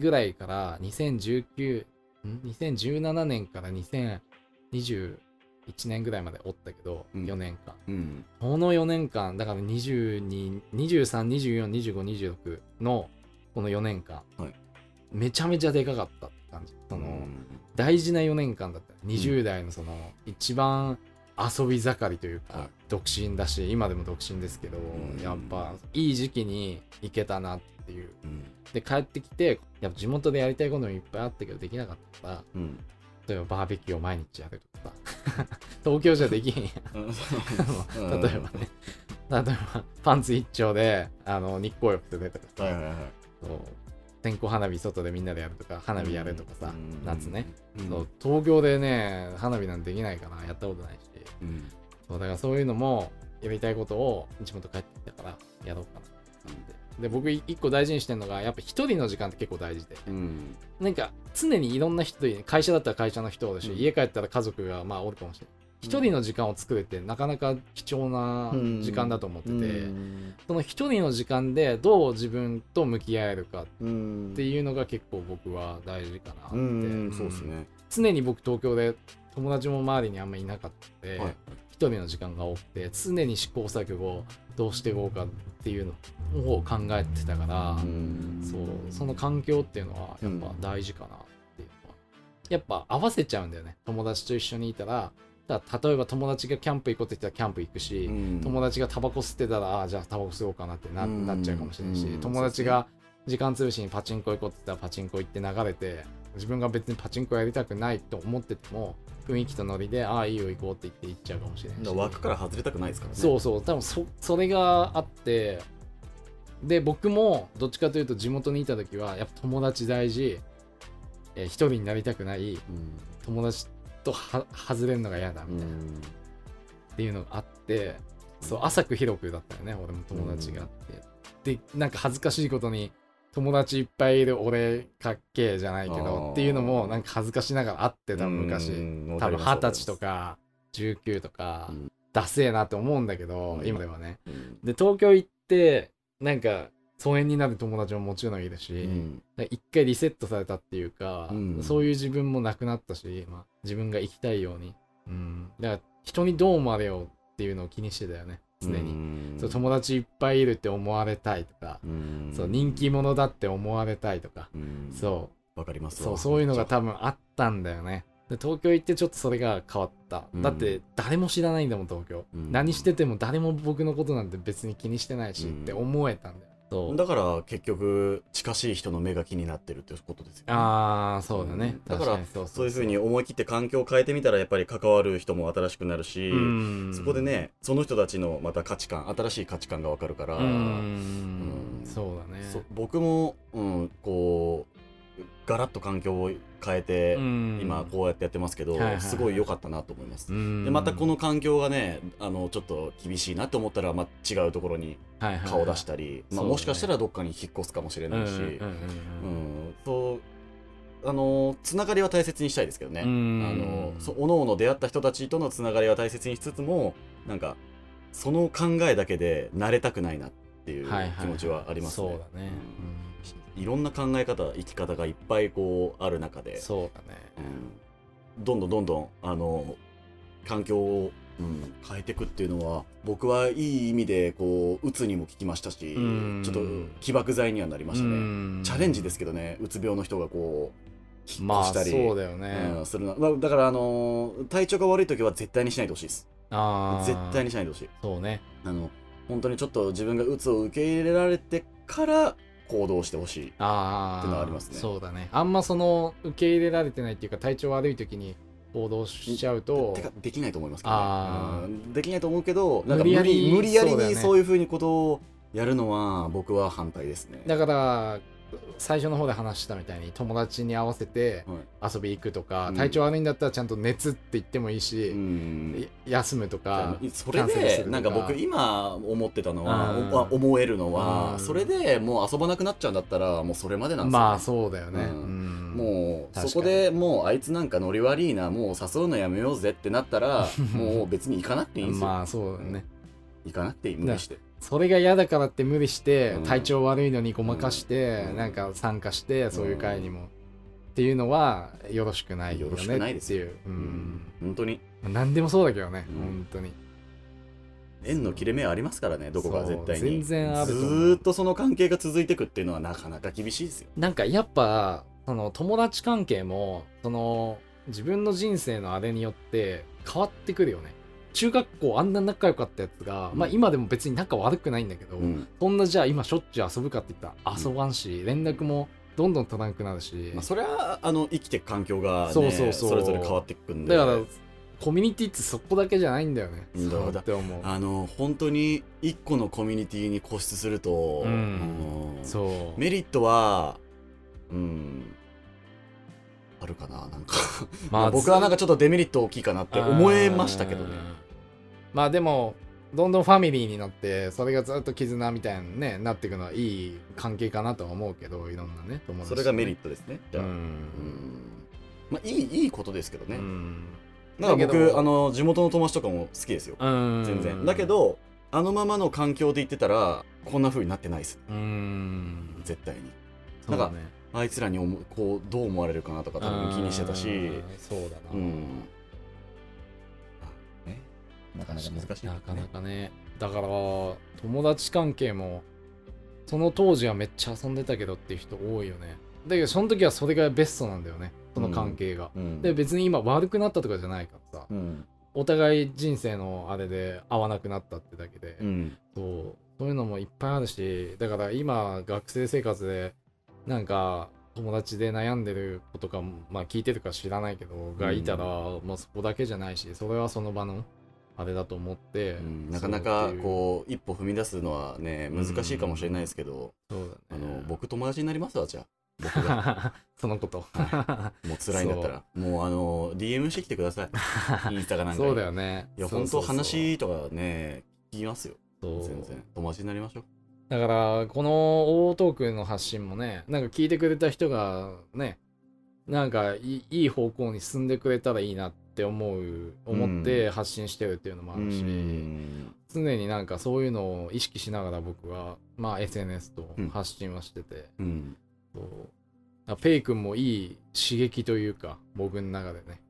[SPEAKER 2] ぐらいから2019ん2017年から2021年ぐらいまでおったけど、
[SPEAKER 1] うん
[SPEAKER 2] 4年間
[SPEAKER 1] うん
[SPEAKER 2] この4年間だから2223242526のこの4年間、
[SPEAKER 1] はい
[SPEAKER 2] めちゃめちゃでかかったって感じその、
[SPEAKER 1] うん
[SPEAKER 2] 大事な4年間だった20代のその、一番遊び盛りというか、
[SPEAKER 1] はい
[SPEAKER 2] 独身だし今でも独身ですけど、
[SPEAKER 1] うん
[SPEAKER 2] やっぱいい時期に行けたなっていう
[SPEAKER 1] うん
[SPEAKER 2] で帰ってきてやっぱ地元でやりたいこともいっぱいあったけどできなかったか
[SPEAKER 1] う
[SPEAKER 2] ら
[SPEAKER 1] ん
[SPEAKER 2] 例えばバーベキューを毎日やるとか (laughs) 東京じゃできへんやんあ (laughs) の例えばね例えばパンツ一丁であの日光浴するとかさ
[SPEAKER 1] はいはいはい
[SPEAKER 2] そう線香花火外でみんなでやるとか花火やるとかさ、
[SPEAKER 1] うん
[SPEAKER 2] 夏ね、
[SPEAKER 1] うん
[SPEAKER 2] そう東京でね花火なんてできないからやったことないし
[SPEAKER 1] うん
[SPEAKER 2] そうだからそういうのもやりたいことを地元帰ってきたからやろうかなってで僕い一個大事にしてるのがやっぱ一人の時間って結構大事で
[SPEAKER 1] うん
[SPEAKER 2] なんか常にいろんな人と会社だったら会社の人だし、
[SPEAKER 1] うん
[SPEAKER 2] 家帰ったら家族がまあおるかもしれない一人の時間を作るってなかなか貴重な時間だと思ってて、
[SPEAKER 1] うん
[SPEAKER 2] その一人の時間でどう自分と向き合えるかっ
[SPEAKER 1] うん
[SPEAKER 2] ていうのが結構僕は大事かなって、
[SPEAKER 1] うんそうですね
[SPEAKER 2] 常に僕東京で友達も周りにあんまりいなかったので、
[SPEAKER 1] はい
[SPEAKER 2] 一人の時間が多くて常に試行錯誤どうしていこうかっていうのを考えてたから、
[SPEAKER 1] うん
[SPEAKER 2] そうその環境っていうのはやっぱ大事かなっていうのは、やっぱ合わせちゃうんだよね友達と一緒にいたらだから例えば友達がキャンプ行こうって言ったらキャンプ行くし、
[SPEAKER 1] うん
[SPEAKER 2] 友達がタバコ吸ってたらあーじゃあタバコ吸おうかなってな,、
[SPEAKER 1] うん
[SPEAKER 2] なっちゃうかもしれないし、
[SPEAKER 1] うん
[SPEAKER 2] 友達が時間潰しにパチンコ行こうって言ったらパチンコ行って流れて自分が別にパチンコやりたくないと思ってても雰囲気とノリでああいいよ行こうって言って行っちゃうかもしれない
[SPEAKER 1] だ
[SPEAKER 2] し
[SPEAKER 1] から枠から外れたくないですからね。
[SPEAKER 2] そうそう多分そそれがあってで僕もどっちかというと地元にいた時はやっぱ友達大事、えー一人になりたくない
[SPEAKER 1] うん。
[SPEAKER 2] 友達とは外れるのが嫌だみたいな、
[SPEAKER 1] うん
[SPEAKER 2] っていうのがあってそう浅く広くだったよね俺も友達があって、でなんか恥ずかしいことに友達いっぱいいる俺かっけえじゃないけ
[SPEAKER 1] あ
[SPEAKER 2] ど
[SPEAKER 1] ー
[SPEAKER 2] っていうのもなんか恥ずかしながらあってた昔、
[SPEAKER 1] うん
[SPEAKER 2] 多分二十歳と。か19とか、
[SPEAKER 1] うん
[SPEAKER 2] ダセえなって思うんだけど、
[SPEAKER 1] うん
[SPEAKER 2] 今ではね
[SPEAKER 1] うん
[SPEAKER 2] で東京行ってなんか疎遠になる友達ももちろんいるし、
[SPEAKER 1] うん
[SPEAKER 2] なんか一回リセットされたっていうか、
[SPEAKER 1] うん
[SPEAKER 2] そういう自分もなくなったし、まあ、自分が生きたいように、うん、だから人にどう思われようっていうのを気にしてたよね常に、
[SPEAKER 1] に
[SPEAKER 2] そう友達いっぱいいるって思われたいとか、そう人気者だって思われたいとか、
[SPEAKER 1] うん
[SPEAKER 2] そう
[SPEAKER 1] わかりますわ
[SPEAKER 2] そうそういうのが多分あったんだよねで東京行ってちょっとそれが変わった、
[SPEAKER 1] うん
[SPEAKER 2] だって誰も知らないんだもん東京、
[SPEAKER 1] うん
[SPEAKER 2] 何してても誰も僕のことなんて別に気にしてないし
[SPEAKER 1] う
[SPEAKER 2] っ
[SPEAKER 1] ん
[SPEAKER 2] て思えたんだよ、そう
[SPEAKER 1] だから結局近しい人の目が気になってるってことですよ、ね、
[SPEAKER 2] ああそうだね、
[SPEAKER 1] うんだから
[SPEAKER 2] 確にそう
[SPEAKER 1] そういうふうに思い切って環境を変えてみたらやっぱり関わる人も新しくなるし、
[SPEAKER 2] うん
[SPEAKER 1] そこでねその人たちのまた価値観新しい価値観がわかるから、
[SPEAKER 2] うん
[SPEAKER 1] うん
[SPEAKER 2] そうだね
[SPEAKER 1] そ僕も、うん、こうガラッと環境を変えて、今
[SPEAKER 2] 今
[SPEAKER 1] こうやってやってますけど、
[SPEAKER 2] はいはいはい
[SPEAKER 1] すごい良かったなと思います、
[SPEAKER 2] うん
[SPEAKER 1] でまたこの環境がねあのちょっと厳しいなと思ったら、まあ、違うところに顔出したたり、ま
[SPEAKER 2] い
[SPEAKER 1] あ、
[SPEAKER 2] そうだね
[SPEAKER 1] もしかしたらどっかに引っ越すかもしれないし、うん、そうあのつながりは大切にしたいですけどね、あのそおのおの出会った人たちとのつながりは大切にしつつもなんかその考えだけで慣れたくないなっていう気持ちはありますね。
[SPEAKER 2] そうだね
[SPEAKER 1] いろんな考え方生き方がいっぱいこうある中
[SPEAKER 2] うん
[SPEAKER 1] で、
[SPEAKER 2] そうだね
[SPEAKER 1] うん、どんどんどんどんあの環境を、うん、変えていくっていうのは僕はいい意味でこう鬱にも効きましたし、
[SPEAKER 2] うん
[SPEAKER 1] ちょっと起爆剤にはなりましたね。
[SPEAKER 2] ね
[SPEAKER 1] チャレンジですすけどね、うつ病の人がこう、引っ
[SPEAKER 2] ま
[SPEAKER 1] 越
[SPEAKER 2] あ
[SPEAKER 1] したり、
[SPEAKER 2] そうだよね
[SPEAKER 1] うんするな、まあだから、あのー体調が悪い時は絶対にしないでほしいです。
[SPEAKER 2] あー
[SPEAKER 1] 絶対にしないでほしい。
[SPEAKER 2] そうね
[SPEAKER 1] あの、本当にちょっと自分がうつを受け入れられてから行動してほしい。
[SPEAKER 2] あ
[SPEAKER 1] ってのはありますね
[SPEAKER 2] そうだねあんまその受け入れられてないっていうか体調悪い時に行動しちゃうと
[SPEAKER 1] てか、できないと思いますけど、ね
[SPEAKER 2] あー
[SPEAKER 1] うんできないと思うけど、なんか
[SPEAKER 2] 無理や
[SPEAKER 1] 無
[SPEAKER 2] り
[SPEAKER 1] 理無理やり
[SPEAKER 2] そうだよ
[SPEAKER 1] に
[SPEAKER 2] ね
[SPEAKER 1] そういうふうにことをやるのは、僕は反対ですね。
[SPEAKER 2] だから最初の方で話したみたいに友達に合わせて遊び行くとか、
[SPEAKER 1] うん
[SPEAKER 2] 体調悪いんだったらちゃんと熱って言ってもいいし、
[SPEAKER 1] うん
[SPEAKER 2] い休むとか
[SPEAKER 1] それ
[SPEAKER 2] キャンセル
[SPEAKER 1] で
[SPEAKER 2] するとか
[SPEAKER 1] なんか僕今思ってたのは、
[SPEAKER 2] うん
[SPEAKER 1] おあ思えるのは、
[SPEAKER 2] うん
[SPEAKER 1] それでもう遊ばなくなっちゃうんだったらもうそれまでなんですよ、
[SPEAKER 2] まあそうだよね、
[SPEAKER 1] う
[SPEAKER 2] うん
[SPEAKER 1] もう
[SPEAKER 2] 確かに
[SPEAKER 1] そこでもうあいつなんかノリ悪いなもう誘うのやめようぜってなった
[SPEAKER 2] (laughs)
[SPEAKER 1] らもう別に行かなくていいんですよ、
[SPEAKER 2] まあそうだよね
[SPEAKER 1] 行かなくていい無理して
[SPEAKER 2] それが嫌だからって無理して、
[SPEAKER 1] うん
[SPEAKER 2] 体調悪いのにごまかして、
[SPEAKER 1] うん
[SPEAKER 2] なんか参加してそういう会にも、っていうのはよろしくないよ
[SPEAKER 1] よろしくない
[SPEAKER 2] ねっ
[SPEAKER 1] です
[SPEAKER 2] ていうう
[SPEAKER 1] うん
[SPEAKER 2] ん、
[SPEAKER 1] 本当に
[SPEAKER 2] 何でもそうだけどね、
[SPEAKER 1] うん
[SPEAKER 2] 本当に
[SPEAKER 1] 縁の切れ目ありますからねどこかは絶対
[SPEAKER 2] そう
[SPEAKER 1] に
[SPEAKER 2] 全然あると思う
[SPEAKER 1] ずーっとその関係が続いてくっていうのはなかなか厳しいですよ
[SPEAKER 2] なんかやっぱその友達関係もその自分の人生のあれによって変わってくるよね中学校あんな仲良かったやつが、
[SPEAKER 1] うん
[SPEAKER 2] まあ今でも別に仲悪くないんだけど、
[SPEAKER 1] うん
[SPEAKER 2] そんなじゃあ今しょっちゅう遊ぶかって言ったら遊ばんし、連絡もどんどん取らなくなるし、
[SPEAKER 1] まあ、それはあの生きていく環境が、ね、
[SPEAKER 2] そうそうそう
[SPEAKER 1] それぞれ変わっていくんで
[SPEAKER 2] だからコミュニティってそこだけじゃないんだよね、
[SPEAKER 1] うん
[SPEAKER 2] そうって思う
[SPEAKER 1] あの本当に一個のコミュニティに固執すると、
[SPEAKER 2] う
[SPEAKER 1] う
[SPEAKER 2] ん
[SPEAKER 1] ん
[SPEAKER 2] そう
[SPEAKER 1] メリットは、うん、あるかななんか、まあ、 (laughs) 僕はなんかちょっとデメリット大きいかなって思えましたけどね
[SPEAKER 2] うんまあでもどんどんファミリーになってそれがずっと絆みたいなねなっていくのはいい関係かなとは思うけどいろんなね友達
[SPEAKER 1] それがメリッ
[SPEAKER 2] ト
[SPEAKER 1] トですねじ
[SPEAKER 2] う
[SPEAKER 1] ゃあ、
[SPEAKER 2] ん、
[SPEAKER 1] うんまあ、いいいいことですけどね、
[SPEAKER 2] うん
[SPEAKER 1] だから
[SPEAKER 2] だけど
[SPEAKER 1] 僕あの地元の友達とかも好きですよ
[SPEAKER 2] うん
[SPEAKER 1] 全然だけどあのままの環境で言ってたらこんな風になってないです
[SPEAKER 2] うん
[SPEAKER 1] 絶対に
[SPEAKER 2] そうだね
[SPEAKER 1] あいつらにおもこうどう思われるかなとか多分気にしてたし
[SPEAKER 2] うんそうだな、
[SPEAKER 1] うんあねなかなか難しいよ
[SPEAKER 2] な
[SPEAKER 1] ね
[SPEAKER 2] かなかねだから友達関係もその当時はめっちゃ遊んでたけどっていう人多いよねだけどその時はそれがベストなんだよねその関係が、
[SPEAKER 1] うん
[SPEAKER 2] で別に今悪くなったとかじゃないからさ
[SPEAKER 1] うん
[SPEAKER 2] お互い人生のあれで合わなくなったってだけで、
[SPEAKER 1] うん
[SPEAKER 2] そうそういうのもいっぱいあるしだから今学生生活でなんか友達で悩んでる子とかもまあ聞いてるか知らないけどがいたら、まあそこだけじゃないしそれはその場のあれだと思って、
[SPEAKER 1] うんなかなか
[SPEAKER 2] そうっていう
[SPEAKER 1] こう一歩踏み出すのはね難しいかもしれないですけど、
[SPEAKER 2] そうだ
[SPEAKER 1] あ
[SPEAKER 2] ね
[SPEAKER 1] の僕友達になりますわじゃあ僕が
[SPEAKER 2] (laughs) そのこと
[SPEAKER 1] もう辛いんだったらもうあの DM してきてくだ
[SPEAKER 2] (laughs)
[SPEAKER 1] さいインスタかなんかに
[SPEAKER 2] そうだよね
[SPEAKER 1] いや
[SPEAKER 2] そう
[SPEAKER 1] 本
[SPEAKER 2] そ
[SPEAKER 1] 当
[SPEAKER 2] うそう
[SPEAKER 1] 話とかね聞きますよ
[SPEAKER 2] そう
[SPEAKER 1] 全然友達になりましょう
[SPEAKER 2] だからこの大東君の発信もねなんか聞いてくれた人がねなんかいいいい方向に進んでくれたらいいなって思う思って発信してるっていうのもあるし、
[SPEAKER 1] うん
[SPEAKER 2] 常になんかそういうのを意識しながら僕は、まあ、SNS と発信はしてて、
[SPEAKER 1] うん
[SPEAKER 2] そうだからペイ君もいい刺激というか僕の中でね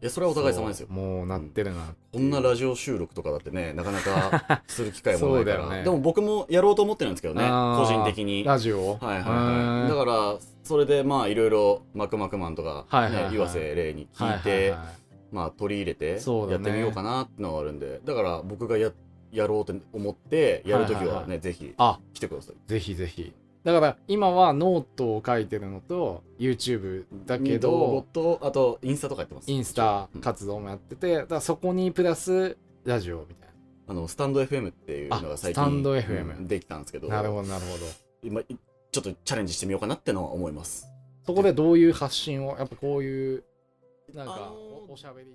[SPEAKER 1] いやそれはお互い様ですよ
[SPEAKER 2] そうもうなってるなって
[SPEAKER 1] こ
[SPEAKER 2] いう、
[SPEAKER 1] んなラジオ収録とかだってねなかなかする機会もないか
[SPEAKER 2] そうだよ
[SPEAKER 1] ら
[SPEAKER 2] ね
[SPEAKER 1] でも僕もやろうと思ってるんですけどね
[SPEAKER 2] あー
[SPEAKER 1] 個人的に
[SPEAKER 2] (laughs) ラジ
[SPEAKER 1] はい
[SPEAKER 2] オ
[SPEAKER 1] はいはい、だ
[SPEAKER 2] ら
[SPEAKER 1] からそれでまあいろいろマクマクマンとか、ね
[SPEAKER 2] はいはいはい
[SPEAKER 1] 岩瀬玲に聞いて、まあ、取り入れて
[SPEAKER 2] そう
[SPEAKER 1] やっ
[SPEAKER 2] だね
[SPEAKER 1] てみようかなってのがあるんでだ,、から僕がややろうと思ってやるときはね、
[SPEAKER 2] はいはいは
[SPEAKER 1] ぜひ
[SPEAKER 2] あ
[SPEAKER 1] 来てください。
[SPEAKER 2] ぜひぜひだから今はノートを書いてるのと YouTube だけ
[SPEAKER 1] 動
[SPEAKER 2] ど
[SPEAKER 1] 画とあとインスタとかやってます
[SPEAKER 2] インスタ活動もやっててだからそこにプラスラジオみたい
[SPEAKER 1] あのスタンド FM っていうのが最近
[SPEAKER 2] あスタンド FM
[SPEAKER 1] うんできたんですけど
[SPEAKER 2] ななるほどなるほど
[SPEAKER 1] 今いちょっとチャレンジしてみようかなってのは思います。
[SPEAKER 2] そこでどういう発信をやっぱこういうなん
[SPEAKER 1] あ
[SPEAKER 2] か
[SPEAKER 1] のー
[SPEAKER 2] おおしゃべり